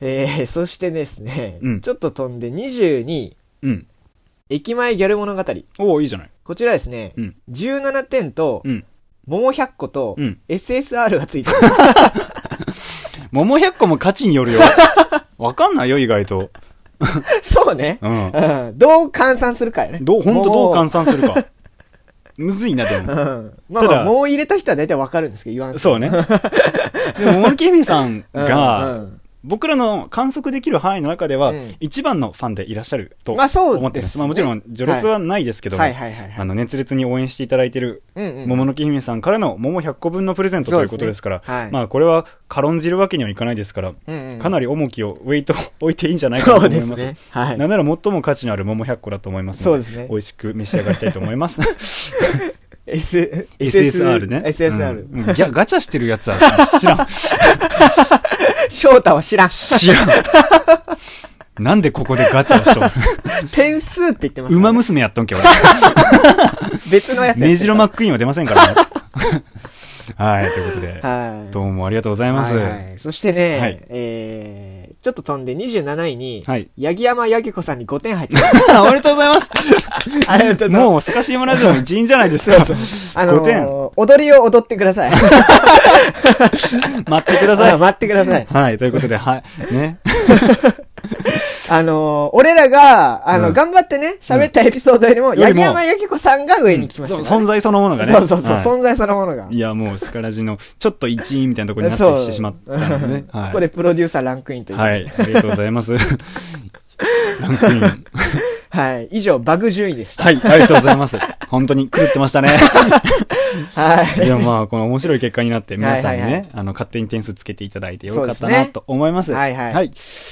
Speaker 2: えー、そしてですね、
Speaker 1: うん
Speaker 2: ちょっと飛んで22位、
Speaker 1: い。うん。
Speaker 2: 駅前ギャル物語。
Speaker 1: おおいいじゃない。
Speaker 2: こちらですね、
Speaker 1: うん
Speaker 2: 17点と、
Speaker 1: うん。
Speaker 2: 桃100個と、
Speaker 1: うん
Speaker 2: SSR がついてる。
Speaker 1: 桃100個も価値によるよ。わかんないよ、意外と。
Speaker 2: そうね、
Speaker 1: うん。
Speaker 2: うん。どう換算するかよね。
Speaker 1: どう、本当どう換
Speaker 2: 算
Speaker 1: 算する か。むずいな、でも。
Speaker 2: うん、まあま
Speaker 1: た
Speaker 2: あ、
Speaker 1: だ
Speaker 2: もう入れた人は大体わかるんですけど、言わんと
Speaker 1: そうね。でも、森木姫さん
Speaker 2: うん
Speaker 1: が、
Speaker 2: うん
Speaker 1: 僕らの観測できる範囲の中では、
Speaker 2: うん
Speaker 1: 一番のファンでいらっしゃると思
Speaker 2: まあそ
Speaker 1: っ
Speaker 2: う
Speaker 1: て
Speaker 2: で
Speaker 1: ますす。
Speaker 2: ね
Speaker 1: まあもちろん、序列はないですけども、
Speaker 2: はいはいはいはい。
Speaker 1: あの熱烈に応援していただいている、
Speaker 2: うんうん
Speaker 1: 桃の木姫さんからの桃100個分のプレゼントということですから、
Speaker 2: そうですねはい
Speaker 1: まあこれは軽んじるわけにはいかないですから、
Speaker 2: うんうん
Speaker 1: かなり重きを、ウェイトを置いていいんじゃないかなと
Speaker 2: そう
Speaker 1: 思い
Speaker 2: で
Speaker 1: ますす。
Speaker 2: ね。はい。
Speaker 1: なんなら最も価値のある桃100個だと思います
Speaker 2: そう
Speaker 1: の
Speaker 2: で
Speaker 1: で、
Speaker 2: すね
Speaker 1: 美。味しく召し上がりたいと思います。
Speaker 2: S、
Speaker 1: SSR ね。
Speaker 2: SSR。
Speaker 1: うんうんギャガチャしてるやつは知らん。
Speaker 2: 翔太は知らん。
Speaker 1: 知らん。なんでここでガチャをしとん
Speaker 2: 点数って言ってます
Speaker 1: ウ
Speaker 2: から
Speaker 1: マ
Speaker 2: ね。
Speaker 1: 娘やっとん け、俺。
Speaker 2: 別のやつやってる
Speaker 1: メジロマックイーンは出ませんからね。はい、ということで、
Speaker 2: はい。
Speaker 1: どうもありがとうございます。
Speaker 2: はい はいそしてね、
Speaker 1: はい
Speaker 2: えー、ちょっと飛んで27位に、
Speaker 1: はい
Speaker 2: 八木山八木子さんに5点入ってます。
Speaker 1: おめでとうございます。
Speaker 2: ありがとうござい
Speaker 1: も
Speaker 2: ま
Speaker 1: う、スカシウムラジオの一員じゃないです
Speaker 2: す。
Speaker 1: か。
Speaker 2: そうそう。 あの
Speaker 1: 5
Speaker 2: ー、踊りを踊ってください。
Speaker 1: 待ってくださ
Speaker 2: あ
Speaker 1: い。
Speaker 2: 待ってください。
Speaker 1: はい、ということで、はい、ね。
Speaker 2: あのー、俺らが、あの、
Speaker 1: うん
Speaker 2: 頑張ってね、喋ったエピソードより
Speaker 1: よ
Speaker 2: も、
Speaker 1: り
Speaker 2: 八木
Speaker 1: も
Speaker 2: 山八木子さんが上に来ました、ね
Speaker 1: 存在そのものがね。
Speaker 2: そうそうそう、
Speaker 1: はい
Speaker 2: 存在そのものが。
Speaker 1: いや、もう、スカラジの、ちょっと一員みたいなところになってきてしまったんでね。はい
Speaker 2: ここでプロデューサーランクインという。はい。
Speaker 1: はい、ありがとうございます。ランクイン。
Speaker 2: 以上、バグ順位でした。
Speaker 1: はい、ありがとうございます。本当に狂ってましたね。
Speaker 2: はい。
Speaker 1: いや、まあ、この面白い結果になって、皆さんに
Speaker 2: はいはいは
Speaker 1: ね、あの、勝手に点数つけていただいてよかっ
Speaker 2: そ
Speaker 1: た
Speaker 2: うです
Speaker 1: な
Speaker 2: ね
Speaker 1: と思います。
Speaker 2: はいはい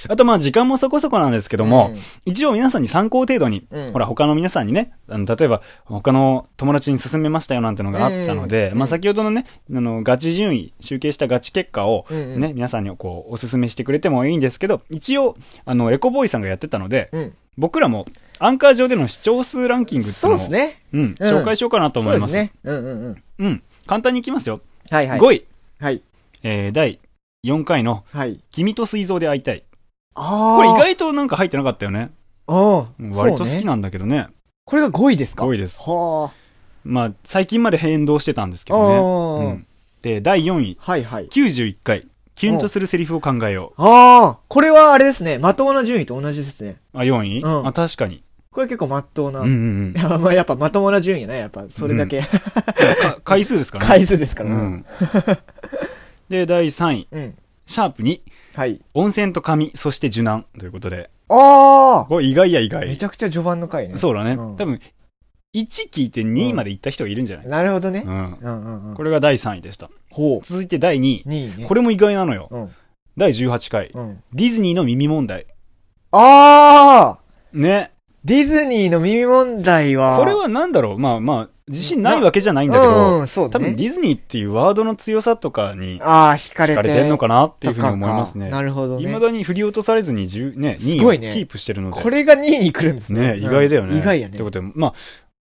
Speaker 1: あと、まあ、時間もそこそこなんですけども
Speaker 2: うん、
Speaker 1: 一応皆さんに参考程度に
Speaker 2: うん、
Speaker 1: ほら、他の皆さんにね、あの例えば、他の友達に勧めましたよなんてのがあったので
Speaker 2: う、ん
Speaker 1: まあ、先ほどのね、あの、ガチ順位、集計したガチ結果を、
Speaker 2: うんうん
Speaker 1: ね、皆さんにこう、お勧めしてくれてもいいんですけど、一応、あの、エコボーイさんがやってたので、
Speaker 2: うん。
Speaker 1: 僕らもアンカー上での視聴数ランキングっていう
Speaker 2: そう
Speaker 1: のを
Speaker 2: ですね。
Speaker 1: うん、紹介しようかなと思います。
Speaker 2: そうですね。うんうんうん。
Speaker 1: うん、簡単にいきますよ。
Speaker 2: はいはい。
Speaker 1: 5位、
Speaker 2: はい。
Speaker 1: えー第4回の
Speaker 2: はい。
Speaker 1: 「君と膵臓で会いたい」こ
Speaker 2: ああ。
Speaker 1: れ意外となんか入ってなかったよね
Speaker 2: ああ
Speaker 1: う。ん割と好
Speaker 2: そう
Speaker 1: き
Speaker 2: ね。
Speaker 1: なんだけどね
Speaker 2: これが5位ですか
Speaker 1: 5位です
Speaker 2: は
Speaker 1: まあ最近まで変動してたんですけ
Speaker 2: あ。
Speaker 1: どね、
Speaker 2: あ
Speaker 1: う
Speaker 2: あ
Speaker 1: ん。で第4位
Speaker 2: はいはい。
Speaker 1: 91回キュンとするセリフを考えよ
Speaker 2: ああ。これはあれですね。まともな順位と同じですね。
Speaker 1: うあ4位、
Speaker 2: うん
Speaker 1: あ確かに
Speaker 2: これ結構まっとうな。
Speaker 1: うんうんうん
Speaker 2: いや まあやっぱまともな順位やね。やっぱ、それだけ
Speaker 1: か回数ですからね
Speaker 2: 回数ですから。
Speaker 1: う。 んで第3位
Speaker 2: うん。
Speaker 1: シャープ2
Speaker 2: はい。
Speaker 1: 温泉と髪そして受難ということで
Speaker 2: ああ
Speaker 1: これ意外や意外
Speaker 2: めちゃくちゃ序盤の回ね。
Speaker 1: そうだね、
Speaker 2: うん
Speaker 1: 多分1聞いて2位まで行った人がいるんじゃない、
Speaker 2: なるほどね。
Speaker 1: うん
Speaker 2: うんうんうん。
Speaker 1: これが第3位でした
Speaker 2: ほう。
Speaker 1: 続いて第2位、
Speaker 2: 2位ね。
Speaker 1: これも意外なのよ、
Speaker 2: うん
Speaker 1: 第18回、
Speaker 2: うん。
Speaker 1: ディズニーの耳問題
Speaker 2: ああ
Speaker 1: ね
Speaker 2: ディズニーの耳問題は。
Speaker 1: これは何だろうまあまあ自信ないわけじゃないんだけど、
Speaker 2: うん、そうね。
Speaker 1: 多分ディズニーっていうワードの強さとかに
Speaker 2: ああ、惹かれ
Speaker 1: 惹か
Speaker 2: て。
Speaker 1: れてんのかなっていうふうに思いますね
Speaker 2: なるほど
Speaker 1: い
Speaker 2: ね
Speaker 1: ま。だに振り落とされずに10、ね、
Speaker 2: す
Speaker 1: 2
Speaker 2: ごい
Speaker 1: 位
Speaker 2: ね
Speaker 1: をキープしてるので
Speaker 2: これが2位に来るんですね。
Speaker 1: ね意外だよね、
Speaker 2: うん意外やね。
Speaker 1: ってことでまあ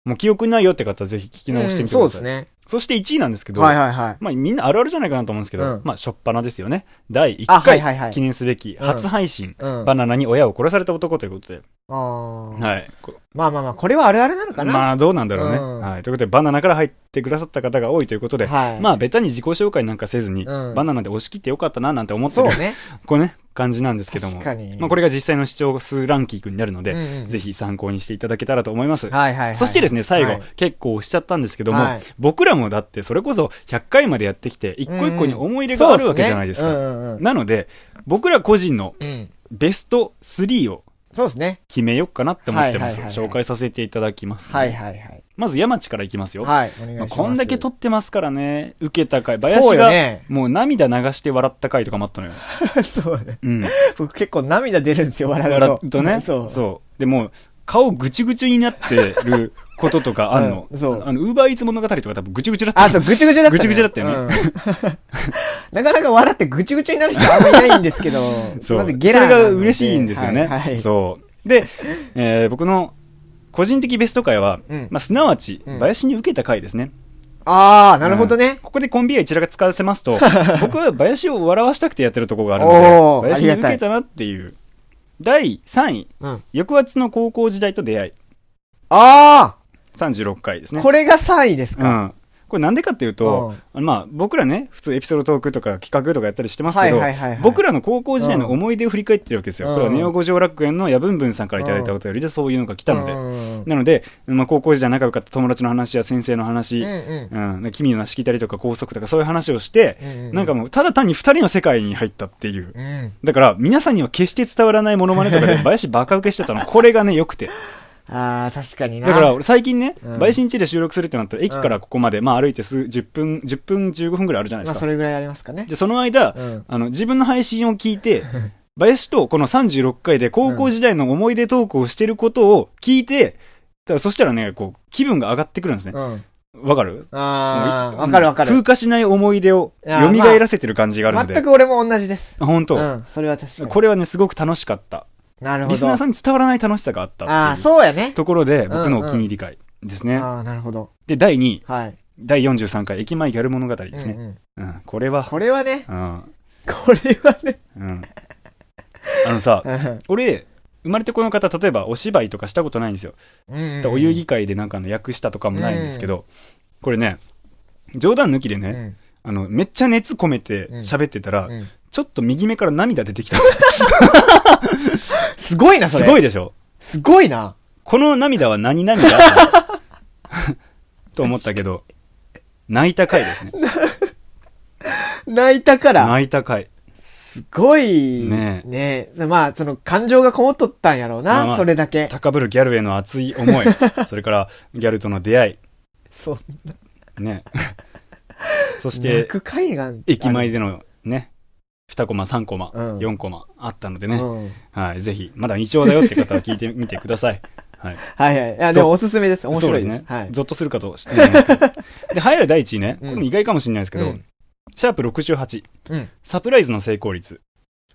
Speaker 1: もう記憶にないよって方はぜひ聞き直してみてください、
Speaker 2: うんそうですね。
Speaker 1: そして1位なんですけど、
Speaker 2: はいはいはい。
Speaker 1: まあ、みんなあるあるじゃないかなと思うんですけど、
Speaker 2: うん
Speaker 1: まあ、しょっぱなですよね。第1
Speaker 2: あ、は
Speaker 1: 回、
Speaker 2: いはいはい
Speaker 1: 記。念すべき初配信、
Speaker 2: うん。
Speaker 1: バナナに親を殺された男ということで、
Speaker 2: あー
Speaker 1: はい。こ
Speaker 2: まあまあまあ、これはあるあるなのかな。
Speaker 1: まあどうなんだろうね、
Speaker 2: うん
Speaker 1: はい。ということでバナナから入ってくださった方が多いということで、
Speaker 2: はい。
Speaker 1: まあベタに自己紹介なんかせずに、
Speaker 2: うん
Speaker 1: バナナで押し切ってよかったななんて思って
Speaker 2: そう
Speaker 1: る、
Speaker 2: ね。
Speaker 1: こうね感じなんですけども
Speaker 2: 確、かに。
Speaker 1: まあ、これが実際の視聴数ランキングになるので、
Speaker 2: うんうん
Speaker 1: ぜひ参考にしていただけたらと思います。
Speaker 2: はいはいはい。
Speaker 1: そしてですね、最後、
Speaker 2: はい
Speaker 1: 結構押しちゃったんですけども、
Speaker 2: はい
Speaker 1: 僕らもだって、それこそ100回までやってきて、一個一個に思い入れが
Speaker 2: そう
Speaker 1: あ
Speaker 2: っ
Speaker 1: るわけじゃないですか。
Speaker 2: ねうんうんうん
Speaker 1: なので、僕ら個人の
Speaker 2: うん。
Speaker 1: ベスト3を
Speaker 2: そうですね。
Speaker 1: 決めようかなって思ってます。
Speaker 2: はいはいはいはい
Speaker 1: 紹介させていただきます、
Speaker 2: はいはいはい。
Speaker 1: まず山地からいきますよ。
Speaker 2: はい。お願い
Speaker 1: ま
Speaker 2: しま
Speaker 1: あ
Speaker 2: す。
Speaker 1: こんだけ撮ってますからね、受けた回、
Speaker 2: そ
Speaker 1: 林
Speaker 2: うよ
Speaker 1: が
Speaker 2: ね
Speaker 1: もう涙流して笑った回とかもあったのよ。
Speaker 2: そうね。
Speaker 1: うん。
Speaker 2: 僕結構涙出るんですよ、笑うと。
Speaker 1: 笑うとね。
Speaker 2: そう。。
Speaker 1: でもう、顔ぐちゅぐちゅになってることとかあんの
Speaker 2: うんそう
Speaker 1: あの、ウーバーイーツ物語とか多分ぐちゅぐちゅだったの
Speaker 2: あ、そう、ぐちゅぐちゅだった、ね。
Speaker 1: ぐちゅぐちゅだったよね
Speaker 2: うん。 なかなか笑ってぐちゅぐちゅになる人あんまりいないんですけど、す
Speaker 1: そ。
Speaker 2: いうま
Speaker 1: そ
Speaker 2: せ
Speaker 1: れ
Speaker 2: んゲラなの
Speaker 1: が嬉しいんですよね。
Speaker 2: はいはい
Speaker 1: そう。で、えー僕の個人的ベスト回は、
Speaker 2: うん
Speaker 1: まあ、すなわち、
Speaker 2: うん
Speaker 1: 林に受けた回ですね。
Speaker 2: あー、なるほど
Speaker 1: うん
Speaker 2: ね。
Speaker 1: ここでコンビ愛一覧が使わせますと、 僕は林を笑わしたくてやってるところがある
Speaker 2: お
Speaker 1: の
Speaker 2: ー
Speaker 1: で、林に
Speaker 2: ありが
Speaker 1: 受
Speaker 2: たい
Speaker 1: けたなっていう。第3位、
Speaker 2: うん。
Speaker 1: 抑圧の高校時代と出会い。
Speaker 2: あ
Speaker 1: 36回です
Speaker 2: ー、
Speaker 1: ね。
Speaker 2: これが3位です
Speaker 1: う
Speaker 2: か。
Speaker 1: ん。これなんでかっていうと、あのまあ僕らね、普通エピソードトークとか企画とかやったりしてますけど
Speaker 2: はいはいはいはい、
Speaker 1: 僕らの高校時代の思い出を振り返ってるわけですよ。
Speaker 2: うん
Speaker 1: これはネオ五条楽園の矢文文さんからいただいたお便りでそういうのが来たので。
Speaker 2: うん
Speaker 1: なので、まあ高校時代仲良かった友達の話や先生の話、
Speaker 2: うん
Speaker 1: うん、君の話聞いたりとか校則とかそういう話をして、
Speaker 2: うんうん
Speaker 1: なんかもうただ単に二人の世界に入ったっていう。
Speaker 2: うん。うん。
Speaker 1: だから皆さんには決して伝わらないモノマネとか で林バカ受けしてたの、これがね、良くて。
Speaker 2: あー、確かにな。
Speaker 1: だから俺最近ね、
Speaker 2: うん
Speaker 1: 陪審地で収録するってなったら駅からここまで、まあ歩いて数10分10分15分ぐらいあるじゃないで
Speaker 2: まあ、
Speaker 1: す
Speaker 2: そ
Speaker 1: か、
Speaker 2: れぐらいありますかね
Speaker 1: で。その間、
Speaker 2: うん
Speaker 1: あの自分の配信を聞い て林とこの36回で高校時代の思い出トークをしてることを聞いて、ただそしたらねこう気分が上がってくるんですね
Speaker 2: うん。
Speaker 1: わかる
Speaker 2: あ
Speaker 1: も
Speaker 2: ー、
Speaker 1: う
Speaker 2: わかるわか
Speaker 1: 風
Speaker 2: る。
Speaker 1: 化しない思い出を
Speaker 2: いや
Speaker 1: 蘇
Speaker 2: ー
Speaker 1: らせてる感じがあるので、
Speaker 2: 全く俺も同じです。
Speaker 1: あ本当、
Speaker 2: うん、それは確かに。
Speaker 1: これはねすごく楽しかった
Speaker 2: なるほど。
Speaker 1: リスナーさんに伝わらない楽しさがあったって
Speaker 2: あー、
Speaker 1: いう
Speaker 2: そうやね。
Speaker 1: ところで僕のお気に入り会ですね、
Speaker 2: あー、なるほど。
Speaker 1: で第2位
Speaker 2: はい。
Speaker 1: 第43回駅前ギャル物語です
Speaker 2: うん
Speaker 1: ね。
Speaker 2: うん
Speaker 1: うんこれは、
Speaker 2: これはね、
Speaker 1: うん。
Speaker 2: これは ね。
Speaker 1: うん。あのさ、
Speaker 2: うん
Speaker 1: 俺、生まれてこの方、例えばお芝居とかしたことないんですよ。
Speaker 2: うん
Speaker 1: お遊戯会でなんかの役したとかもないんですけど、これね、冗談抜きでね、
Speaker 2: うん
Speaker 1: あの、めっちゃ熱込めて
Speaker 2: うん
Speaker 1: 喋ってたら、
Speaker 2: うん
Speaker 1: ちょっと右目から涙出てきた。
Speaker 2: すごいな、そ
Speaker 1: す
Speaker 2: れ。
Speaker 1: ごい。でしょ
Speaker 2: すごいな。
Speaker 1: この涙は何 涙と思ったけど、泣いた回ですね。
Speaker 2: 泣いたから。
Speaker 1: 泣いた回。
Speaker 2: すごい。
Speaker 1: ねえ
Speaker 2: ねえまあ、その、感情がこもっとったんやろう
Speaker 1: まあま
Speaker 2: な、
Speaker 1: あ
Speaker 2: それだけ。
Speaker 1: 高ぶるギャルへの熱い 思い。それから、ギャルとの出会い。
Speaker 2: そう。
Speaker 1: ね。そし
Speaker 2: 泣
Speaker 1: て、
Speaker 2: く海岸。
Speaker 1: 駅前でのね、2コマ、3コマ、
Speaker 2: うん
Speaker 1: 4コマあったので
Speaker 2: あ
Speaker 1: ね、
Speaker 2: る。うん
Speaker 1: はい、ぜひ、まだ日曜だよって方は聞いてみてください。はい、
Speaker 2: はいはい。いや、でもおすすめです。 面白い
Speaker 1: そう
Speaker 2: で
Speaker 1: ですす。ね、
Speaker 2: はい。
Speaker 1: ゾッとするかと思いますけ ど。で、流行る第1位ね、こ
Speaker 2: うん
Speaker 1: れも意外かもしれないですけど、
Speaker 2: うん
Speaker 1: シャープ68、
Speaker 2: うん
Speaker 1: サプライズの成功率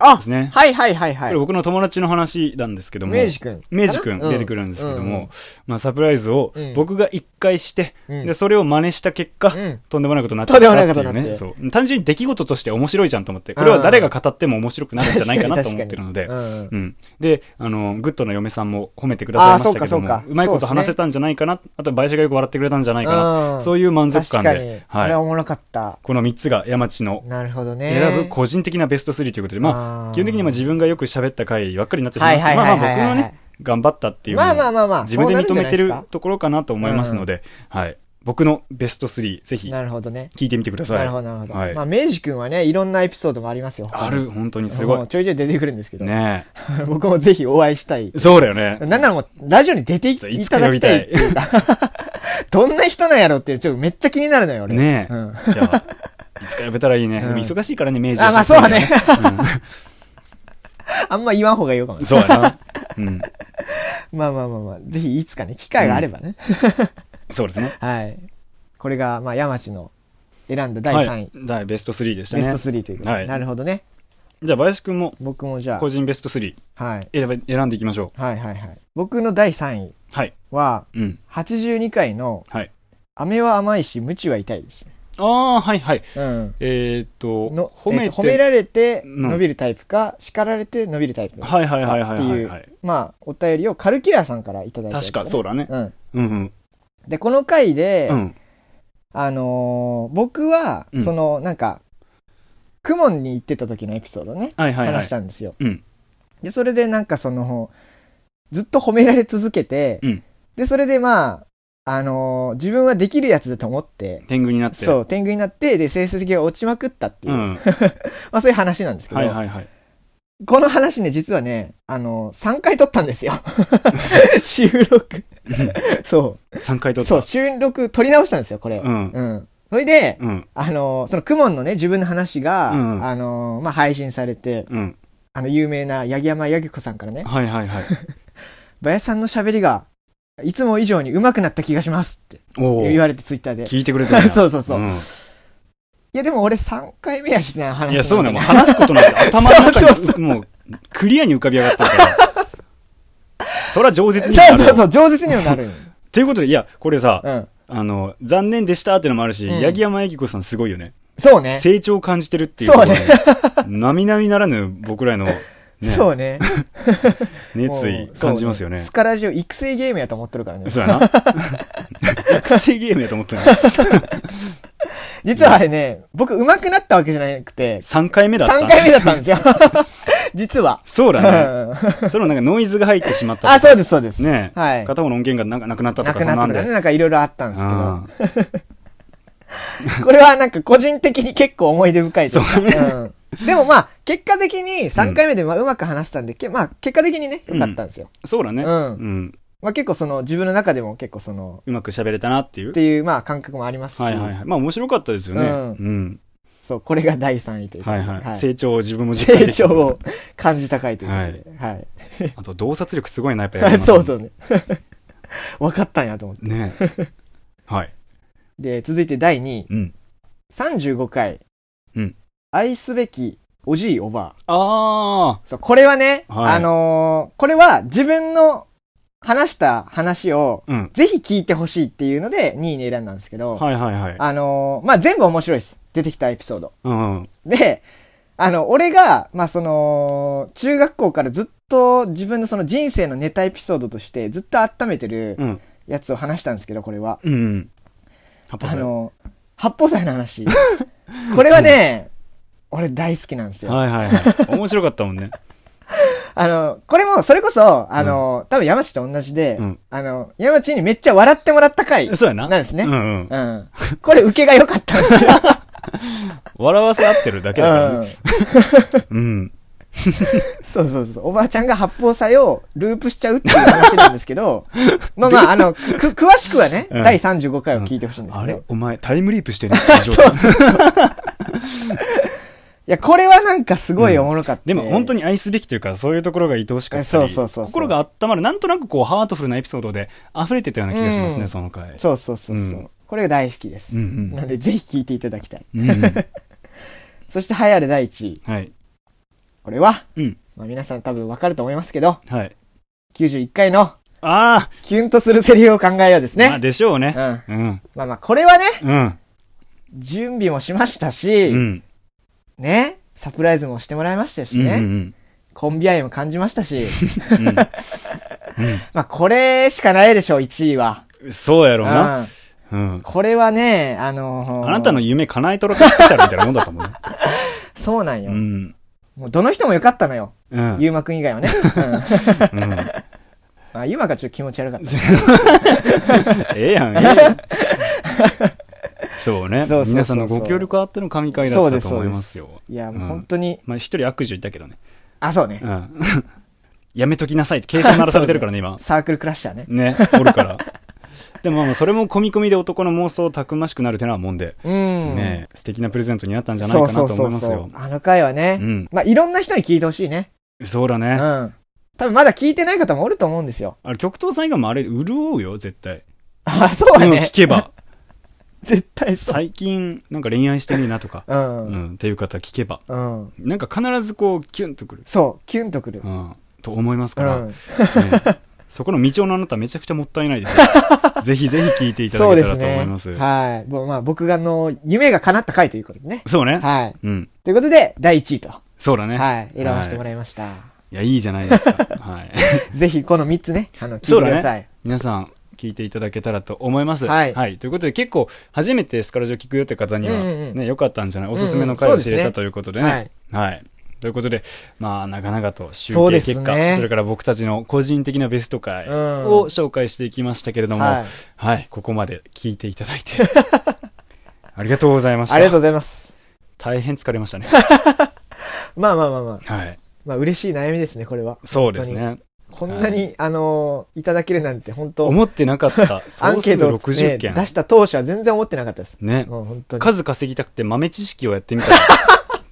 Speaker 2: あ
Speaker 1: ですね。
Speaker 2: はいはいはい
Speaker 1: こ
Speaker 2: は
Speaker 1: れ
Speaker 2: い。
Speaker 1: 僕の友達の話なんですけども、
Speaker 2: 明治くん。
Speaker 1: 明治くん
Speaker 2: かな
Speaker 1: 出てくるんですけども、
Speaker 2: うん
Speaker 1: まあ、サプライズを
Speaker 2: うん
Speaker 1: 僕が1回して、
Speaker 2: うん
Speaker 1: でそれを真似した結果、
Speaker 2: うん。
Speaker 1: とんでもないことになっちゃったって
Speaker 2: とん
Speaker 1: い
Speaker 2: で
Speaker 1: う
Speaker 2: もないことにな
Speaker 1: ね。
Speaker 2: って
Speaker 1: そう単純に出来事として面白いじゃんと思って、これは誰が語っても面白くなるんじゃないかなと思ってるので、
Speaker 2: うん。
Speaker 1: うん。で、あの、グッドの嫁さんも褒めてくださいましたけども
Speaker 2: あーそうかそうか
Speaker 1: うまいこと
Speaker 2: そうっすね
Speaker 1: 話せたんじゃないかな、あと、倍賞がよく笑ってくれたんじゃないか
Speaker 2: う
Speaker 1: な、
Speaker 2: ん
Speaker 1: そういう満足感
Speaker 2: 確かに
Speaker 1: で、。
Speaker 2: これは
Speaker 1: はい。
Speaker 2: おもろかった。
Speaker 1: この3つが山地の
Speaker 2: なるほどね。
Speaker 1: 選ぶ個人的なベスト3ということで、まあ、
Speaker 2: あー
Speaker 1: 基本的にまあ自分がよく喋った回ばっかりになってしまいますけど、ま
Speaker 2: はい
Speaker 1: あ
Speaker 2: はい
Speaker 1: ま
Speaker 2: はい
Speaker 1: あ僕
Speaker 2: はいはい
Speaker 1: はね、頑張ったっていう
Speaker 2: まあまあ
Speaker 1: のを
Speaker 2: まあまあ。
Speaker 1: 自分で認めて
Speaker 2: そ
Speaker 1: る
Speaker 2: うなるんじゃないですか
Speaker 1: ところかなと思いますので、はい。僕のベスト3、ぜひ
Speaker 2: なるほどね。
Speaker 1: 聞いてみてください。
Speaker 2: なるほど、なるほど。
Speaker 1: はい
Speaker 2: まあ、明治くんはね、いろんなエピソードもありますよ。
Speaker 1: ある、本当にす
Speaker 2: も
Speaker 1: ご
Speaker 2: うちょいちょい出てくるんですけ
Speaker 1: い。
Speaker 2: ど。
Speaker 1: ね
Speaker 2: 僕もぜひお会いしたい
Speaker 1: え。。そうだよね。
Speaker 2: なんならもう、ラジオに出てい
Speaker 1: そういつ
Speaker 2: た
Speaker 1: か
Speaker 2: だ
Speaker 1: 呼
Speaker 2: き
Speaker 1: び
Speaker 2: た
Speaker 1: た
Speaker 2: い
Speaker 1: い。。
Speaker 2: どんな人なんやろって、ちょっとめっちゃ気になるのよ、俺。
Speaker 1: ねえ。
Speaker 2: うん
Speaker 1: じゃあ、いつか呼べたらいいね。
Speaker 2: うん
Speaker 1: でも忙しいからね、明治
Speaker 2: あ、まあ
Speaker 1: は
Speaker 2: そうだ
Speaker 1: さすがに
Speaker 2: ね。あんま言わん方がいいよかもね。
Speaker 1: そうや な。うん。
Speaker 2: まあまあまあまあ、ぜひいつかね、機会があればね。
Speaker 1: そうですね。
Speaker 2: はい。これが、まあ、山地の選んだ第3位。
Speaker 1: 位。第ベスト3でした
Speaker 2: ベ
Speaker 1: ね。
Speaker 2: スト3ということで
Speaker 1: はい
Speaker 2: なるほどね。
Speaker 1: じゃあ、林くんも
Speaker 2: 僕もじゃあ
Speaker 1: 個、人ベスト3
Speaker 2: はい。
Speaker 1: 選べ選んでいきましょ
Speaker 2: はいはいはい。僕の第3位
Speaker 1: う。はい。
Speaker 2: は、
Speaker 1: うん。
Speaker 2: 82回の、
Speaker 1: はい。
Speaker 2: 飴は甘いし、鞭は痛いですね。
Speaker 1: ああ、はいはい。
Speaker 2: うん。
Speaker 1: えーっと、
Speaker 2: の
Speaker 1: 褒めて、
Speaker 2: えっと褒められて
Speaker 1: うん
Speaker 2: 伸びるタイプか、叱られて伸びるタイプか
Speaker 1: はいはいはいは
Speaker 2: っ
Speaker 1: い
Speaker 2: て
Speaker 1: はいい、
Speaker 2: う
Speaker 1: はい。、
Speaker 2: まあ、お便りをカルキラーさんからいただいたやつ
Speaker 1: 確
Speaker 2: だね
Speaker 1: か、そうだね。
Speaker 2: うん。
Speaker 1: うんうん。
Speaker 2: で、この回で、
Speaker 1: うん。
Speaker 2: あのー僕は、
Speaker 1: うん
Speaker 2: その、なんか、クモンに行ってた時のエピソードね、
Speaker 1: はいはいはい
Speaker 2: 話し。たんですよ。
Speaker 1: うん。
Speaker 2: で、それでなんかその、ずっと褒められ続けて、
Speaker 1: うん
Speaker 2: で、それでまあ、あのー自分はできるやつだと思って、
Speaker 1: 天狗になって。
Speaker 2: そう、天狗になって、で、成績が落ちまくったっていうう、
Speaker 1: ん。
Speaker 2: まあそういう話なんですけど、
Speaker 1: はいはいはい。
Speaker 2: この話ね、実はね、あのー、3回撮った んですよ。収録。そ
Speaker 1: 3回
Speaker 2: う。
Speaker 1: 取った。
Speaker 2: そう、収録撮り直したんですよ、これ。
Speaker 1: うん。
Speaker 2: うん。それで、
Speaker 1: うん。
Speaker 2: あの、そのクモンのね、自分の話が、
Speaker 1: うん
Speaker 2: あの、まあ、配信されて、
Speaker 1: うん。
Speaker 2: あの、有名な八木山八木子さんからね、
Speaker 1: はいはいはい。
Speaker 2: バヤさんの喋りが、いつも以上に上手くなった気がしますって
Speaker 1: おお。
Speaker 2: 言われてツイッターで。
Speaker 1: 聞いてくれてるな
Speaker 2: そうそうそう。
Speaker 1: ん
Speaker 2: いや、でも俺3回目やしな、話
Speaker 1: いや、そうね、も
Speaker 2: な
Speaker 1: う話すことなんて頭の中に
Speaker 2: そうそう
Speaker 1: もう、クリアに浮かび上がってるから。そら、饒舌
Speaker 2: そ
Speaker 1: にな
Speaker 2: う
Speaker 1: る
Speaker 2: そう
Speaker 1: よ。
Speaker 2: そう、上手にはな るんよ。
Speaker 1: ということで、いや、これさ、
Speaker 2: うん。
Speaker 1: あの、残念でしたってのもあるし、
Speaker 2: うん
Speaker 1: 八木山由紀子さんすごいよね。
Speaker 2: そうね。
Speaker 1: 成長を感じてるっていうことで、 並々ならぬ僕らの、ね、
Speaker 2: そうね。
Speaker 1: 熱意
Speaker 2: もう
Speaker 1: 感じますよね
Speaker 2: そう。スカラジオ育成ゲームやと思ってるからね。
Speaker 1: そうや な。育成ゲームやと思ったのに。
Speaker 2: 実はあれね、僕上手くなったわけじゃなくて、
Speaker 1: 3回目だった。
Speaker 2: 3回目だったんですよ。 実は。
Speaker 1: そうだね。
Speaker 2: うん
Speaker 1: それもなんかノイズが入ってしまった
Speaker 2: あ、そうです、そうです。
Speaker 1: ねえ、
Speaker 2: はい。
Speaker 1: 片方の音源がななくなったと
Speaker 2: な
Speaker 1: か、
Speaker 2: く
Speaker 1: そん
Speaker 2: なっ
Speaker 1: な
Speaker 2: た
Speaker 1: ん
Speaker 2: とか
Speaker 1: で
Speaker 2: ね、。なんかいろいろあったんですけ
Speaker 1: あ
Speaker 2: ど、 これはなんか個人的に結構思い出深いです。うんでもまあ、結果的に3回目でまあうまく話せたんで、けまあ結果的にね、良かったんですよ。
Speaker 1: ーそうだね。
Speaker 2: うん
Speaker 1: うん
Speaker 2: まあ結構その自分の中でも結構その、
Speaker 1: うまく喋れたなっていう
Speaker 2: っ。ていうまあ感覚もありますし、
Speaker 1: はいはいはい。まあ面白かったですよね。
Speaker 2: う
Speaker 1: うんん。
Speaker 2: そう、これが第3位ということ
Speaker 1: は
Speaker 2: で
Speaker 1: いはい。
Speaker 2: 成
Speaker 1: 成長を自分も実感できた
Speaker 2: 長を。感じた回ということで、はい。
Speaker 1: あと洞察力すごいな、やっぱり。。
Speaker 2: そうそううね。分かったんやと思って。
Speaker 1: ねはい。
Speaker 2: で、続いて第2位、
Speaker 1: うん。
Speaker 2: 35回、
Speaker 1: うん
Speaker 2: 愛すべきおじいおばあ。
Speaker 1: あ
Speaker 2: そう、これはね、
Speaker 1: はい
Speaker 2: あのーこれは自分の話した話を
Speaker 1: あ。うん。
Speaker 2: ぜひ聞いてほしいっていうので2位に選んだんですけど、
Speaker 1: はいはいはい。
Speaker 2: あのーまあ、全部面白いです。出てきたエピソード。
Speaker 1: うんうん。
Speaker 2: で、あの、俺が、まあ、その、中学校からずっと自分のその人生のネタエピソードとしてずっと温めてる
Speaker 1: うん。
Speaker 2: やつを話したんですけど、これは。
Speaker 1: うんうん。八方
Speaker 2: あ
Speaker 1: 斎
Speaker 2: のー八宝菜の話。これはね、俺大好きなんですよ。
Speaker 1: はいはいはい。面白かったもんね。
Speaker 2: あの、これも、それこそ、あの、多分山地と同じで、
Speaker 1: うん
Speaker 2: あの、山地にめっちゃ笑ってもらった回。
Speaker 1: そうやな。
Speaker 2: なんですね
Speaker 1: うんうん。
Speaker 2: うん。これ、受けが良かったん ですよ。
Speaker 1: 笑わせ合ってるだけだから
Speaker 2: うん
Speaker 1: ね。。うん。
Speaker 2: そうそうそう。おばあちゃんが発泡剤をループしちゃうっていう話なんです けど、まあまあ、あの、く、詳しくはね、
Speaker 1: うん
Speaker 2: 第35回を聞いてほしいんです
Speaker 1: あ
Speaker 2: けど。
Speaker 1: れ
Speaker 2: い
Speaker 1: お前、タイムリープ してるそう
Speaker 2: や、これはなんかすごいおもろかった。
Speaker 1: でも本当
Speaker 2: に。
Speaker 1: に愛すべきというか、そういうところが愛おしかったり、
Speaker 2: そうそうそうそう
Speaker 1: 心が温まる、なんとなくこう、ハートフルなエピソードで溢れてたような気がしますね、
Speaker 2: うん
Speaker 1: その回。
Speaker 2: そうそうそうそう。
Speaker 1: うん
Speaker 2: これが大好きです。
Speaker 1: うん
Speaker 2: なので、ぜひ聞いていただきたい。
Speaker 1: うん。うんうん。
Speaker 2: そして、流行る第1位。
Speaker 1: はい。
Speaker 2: これは、
Speaker 1: うん。
Speaker 2: まあ皆さん多分わかると思いますけど、
Speaker 1: はい。
Speaker 2: 91回の、
Speaker 1: あ
Speaker 2: キュンとするセリフを考えようです
Speaker 1: あ、ね、まあ
Speaker 2: ね。
Speaker 1: でしょう
Speaker 2: う
Speaker 1: ね。
Speaker 2: ん。
Speaker 1: うん。
Speaker 2: まあまあ、これはね、
Speaker 1: うん。
Speaker 2: 準備もしましたし、
Speaker 1: うん。
Speaker 2: ね、サプライズもしてもらいましたしね、
Speaker 1: うん
Speaker 2: コンビ愛も感じましたし、
Speaker 1: うんう ん
Speaker 2: まあ、これしかないでしょう、1位は。
Speaker 1: うん。そうやろうな。
Speaker 2: うん。
Speaker 1: うん。
Speaker 2: これはね、あのー
Speaker 1: あなたの夢叶えとろかスペシャルみたいなもんだったもんね。
Speaker 2: そうなん
Speaker 1: う
Speaker 2: よ。
Speaker 1: ん。う
Speaker 2: もう、どの人もよかったのよ。
Speaker 1: ん。
Speaker 2: ゆうまくん以外はね。うん。
Speaker 1: うん
Speaker 2: まあ、ゆうまがちょっと気持ち悪かった。
Speaker 1: ええやん、ええや ん。そうね
Speaker 2: そうそうそうそう。
Speaker 1: 皆さんのご協力あっての神回だったと思いますよ。
Speaker 2: いや、もううん本当に、
Speaker 1: まあ、一人悪女いたけどね。
Speaker 2: あ、そうね
Speaker 1: う。ん。 やめときなさいって警鐘鳴らされてるからね、今。
Speaker 2: サークルクラッシャーね。
Speaker 1: ね、おるから。 でもまあまあそれも込み込みで男の妄想をたくましくなるてのはもんで、
Speaker 2: うん。
Speaker 1: ねえ、素敵なプレゼントになったんじゃない
Speaker 2: そ
Speaker 1: か
Speaker 2: う
Speaker 1: な
Speaker 2: そう
Speaker 1: と
Speaker 2: そ
Speaker 1: 思
Speaker 2: う
Speaker 1: います
Speaker 2: そう
Speaker 1: よ。。
Speaker 2: あの回はね、
Speaker 1: うん
Speaker 2: まあ、いろんな人に聞いてほしいね。
Speaker 1: そうだね。
Speaker 2: うん。多分まだ聞いてない方もおると思うんですよ。
Speaker 1: あれ、極東さん以外もあれ、潤うよ、絶対。
Speaker 2: あ、そうだ
Speaker 1: うん
Speaker 2: ね
Speaker 1: 聞。けば。
Speaker 2: 絶対そう。
Speaker 1: 最近、なんか恋愛してるなとか、う
Speaker 2: う。
Speaker 1: んん、っていう方聞けば。
Speaker 2: うん。
Speaker 1: なんか必ずこう、キュンとくる。
Speaker 2: そう、キュンとくる
Speaker 1: う。ん、と思います
Speaker 2: う
Speaker 1: から、
Speaker 2: ん。
Speaker 1: ねそこの未調のあなためちゃくちゃもったいないですよ ぜひぜひ聞いていただ
Speaker 2: そう
Speaker 1: け
Speaker 2: で
Speaker 1: たら
Speaker 2: す
Speaker 1: と思
Speaker 2: ね
Speaker 1: います。そう,、
Speaker 2: はい。もうまあ僕があの、夢が叶った回ということでね。
Speaker 1: ね、
Speaker 2: はい。
Speaker 1: うん。
Speaker 2: ということで、第1位と、
Speaker 1: そうだね。
Speaker 2: はい、選ばせてもらいました。
Speaker 1: いや、いいじゃないですか。はい。
Speaker 2: ぜひこの3つね、あの、聞
Speaker 1: そ
Speaker 2: いうて
Speaker 1: だ
Speaker 2: くだ
Speaker 1: ね
Speaker 2: さい。
Speaker 1: 皆さん聞いていただけたらと思います。
Speaker 2: はい
Speaker 1: ということで結構初めてスカラジオ聞くよって方には
Speaker 2: うん
Speaker 1: ね、
Speaker 2: うんうん
Speaker 1: よかったんじゃないおすすめの
Speaker 2: うん
Speaker 1: 回
Speaker 2: うん
Speaker 1: を知れ
Speaker 2: そ
Speaker 1: た
Speaker 2: うですね
Speaker 1: ということでね。
Speaker 2: はい。
Speaker 1: はい。ということで、まあ、なかなかと集
Speaker 2: そう
Speaker 1: 計
Speaker 2: ですね
Speaker 1: 結果、そ,、れから僕たちの個人的なベスト回
Speaker 2: うん
Speaker 1: を紹介していきましたけれども、は
Speaker 2: はい
Speaker 1: い、ここまで聞いていた だいて、ありがとうございました。
Speaker 2: ありがとうございます。
Speaker 1: 大変疲れました ね。
Speaker 2: まあまあまあまあ、
Speaker 1: はい。
Speaker 2: まあ嬉しい悩みですね、これは。
Speaker 1: そうですね。
Speaker 2: こんなに、あのーいただけるなんて本当
Speaker 1: 思ってなかった。
Speaker 2: アン
Speaker 1: 総数
Speaker 2: ケートを、
Speaker 1: 60
Speaker 2: ね、
Speaker 1: 件。
Speaker 2: 出した当初は全然思ってなかったです。
Speaker 1: ね。
Speaker 2: もう本当に。
Speaker 1: 数稼ぎたくて豆知識をやってみたら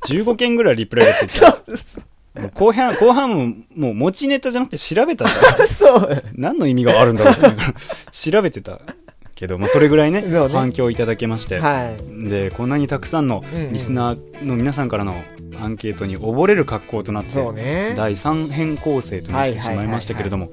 Speaker 1: 15件ぐらいリプライがついて
Speaker 2: そ
Speaker 1: た
Speaker 2: うそう
Speaker 1: もう後半後半ももう持ちネタじゃなくて調べたし
Speaker 2: そう。
Speaker 1: 何の意味があるんだろうと思いながら 調べてたけど、まあ、それぐらいね
Speaker 2: そうね
Speaker 1: 反響いただけまして、
Speaker 2: はい。
Speaker 1: でこんなにたくさんの
Speaker 2: うんうん
Speaker 1: リスナーの皆さんからのアンケートに溺れる格好となって、
Speaker 2: そうね。
Speaker 1: 第3編構成となってしまいましたけれども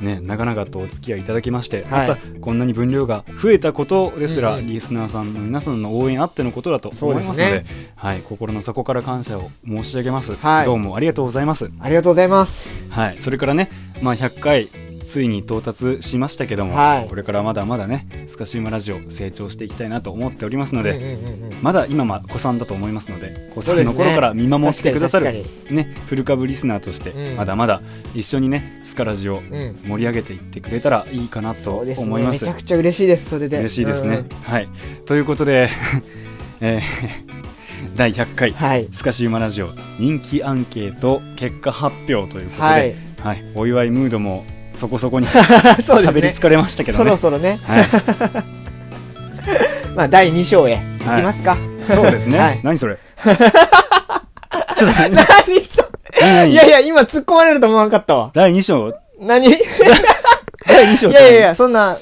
Speaker 1: ね長々とお付き合いいただきまして、
Speaker 2: はい
Speaker 1: またこんなに分量が増えたことですら、
Speaker 2: うんうん
Speaker 1: リスナーさんの皆さんの応援あってのことだと思いますので
Speaker 2: そうで
Speaker 1: はい、心の底から感謝を申し上げます、
Speaker 2: はい
Speaker 1: どうもありがとうございます、
Speaker 2: ありがとうございます。
Speaker 1: はい、それからね、まあ、100回ついに到達しましたけども、
Speaker 2: はい
Speaker 1: これからまだまだねスカシウムラジオ成長していきたいなと思っておりますの
Speaker 2: うん
Speaker 1: で、
Speaker 2: うんうんうん
Speaker 1: まだ今は子さんだと思いますので子さ
Speaker 2: そうで
Speaker 1: ん
Speaker 2: す
Speaker 1: の
Speaker 2: ね
Speaker 1: 頃から見守ってくださる、
Speaker 2: 確かに
Speaker 1: ね、フル株リスナーとして、
Speaker 2: うん
Speaker 1: まだまだ一緒にねスカラジオ
Speaker 2: うん
Speaker 1: 盛り上げていってくれたらいいかなと
Speaker 2: そうです
Speaker 1: 思い
Speaker 2: ね。
Speaker 1: ま
Speaker 2: め
Speaker 1: す。
Speaker 2: ちゃくちゃ嬉しいです、それで。
Speaker 1: 嬉しいですね、
Speaker 2: うん
Speaker 1: はい、ということで、 えー 第100回、
Speaker 2: はい。
Speaker 1: スカシウマラジオ人気アンケート結果発表ということで、は
Speaker 2: はいい。
Speaker 1: お祝いムードもそこそ こに
Speaker 2: そうです
Speaker 1: 喋り
Speaker 2: ね。
Speaker 1: 疲れましたけど
Speaker 2: そ
Speaker 1: ね
Speaker 2: ろ。そろね、
Speaker 1: はい、
Speaker 2: まあ、第2章へ行きますか。
Speaker 1: そうですね、
Speaker 2: はい
Speaker 1: 何そ れちょっと何
Speaker 2: 何そ
Speaker 1: 何
Speaker 2: れ いやいや、今突っ込まれると思わなかったわ。
Speaker 1: 第2章
Speaker 2: 何い
Speaker 1: 第2章
Speaker 2: やい
Speaker 1: って何
Speaker 2: やいや、そんな、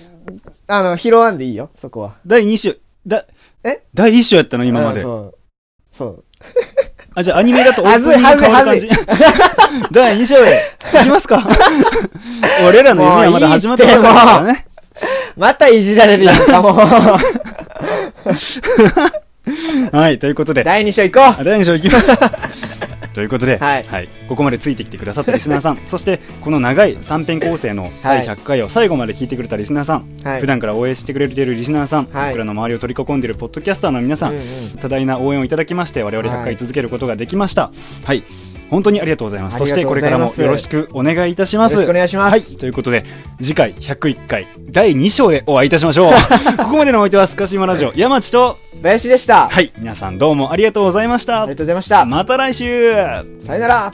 Speaker 2: あの、拾わんでいいよ、そこは。
Speaker 1: 第2章だ
Speaker 2: え
Speaker 1: 第1章やったの今ま
Speaker 2: うん
Speaker 1: で
Speaker 2: そう。そう。
Speaker 1: あじゃあアニメだとオー
Speaker 2: は
Speaker 1: プ
Speaker 2: ず
Speaker 1: ニング変わる感じ第2章へいきますか俺らの夢はまだ始まったばっかりだからね
Speaker 2: またいじられるやんか、もう。
Speaker 1: はいということで
Speaker 2: 第2章行こ
Speaker 1: あ第2章いきますということで、
Speaker 2: はい
Speaker 1: ここまでついてきてくださったリスナーさんそしてこの長い3編構成の第100回を最後まで聞いてくれたリスナーさん、
Speaker 2: う。はい。
Speaker 1: 普段から応援してくれているリスナーさん、
Speaker 2: はい
Speaker 1: 僕らの周りを取り囲んでいるポッドキャスターの皆さ
Speaker 2: うん
Speaker 1: ん
Speaker 2: うん
Speaker 1: 多大な応援をいただきまして我々100
Speaker 2: は
Speaker 1: 回
Speaker 2: い
Speaker 1: 続けることができましたはい、本当にありがとうございます
Speaker 2: あ
Speaker 1: そ
Speaker 2: り
Speaker 1: し
Speaker 2: がと
Speaker 1: て
Speaker 2: う
Speaker 1: こ
Speaker 2: ご
Speaker 1: れ
Speaker 2: ざ
Speaker 1: か
Speaker 2: い
Speaker 1: らも
Speaker 2: ます
Speaker 1: よろしくお願いいたします
Speaker 2: よろしくお願いします
Speaker 1: はいということで次回101回第2章でお会いいたしましょうこ こまでのお相手はスカシマラジオ山地と
Speaker 2: 林でした。
Speaker 1: はい皆さんどうもありがとうございました
Speaker 2: ありがとうございました。
Speaker 1: また来週
Speaker 2: さよなら。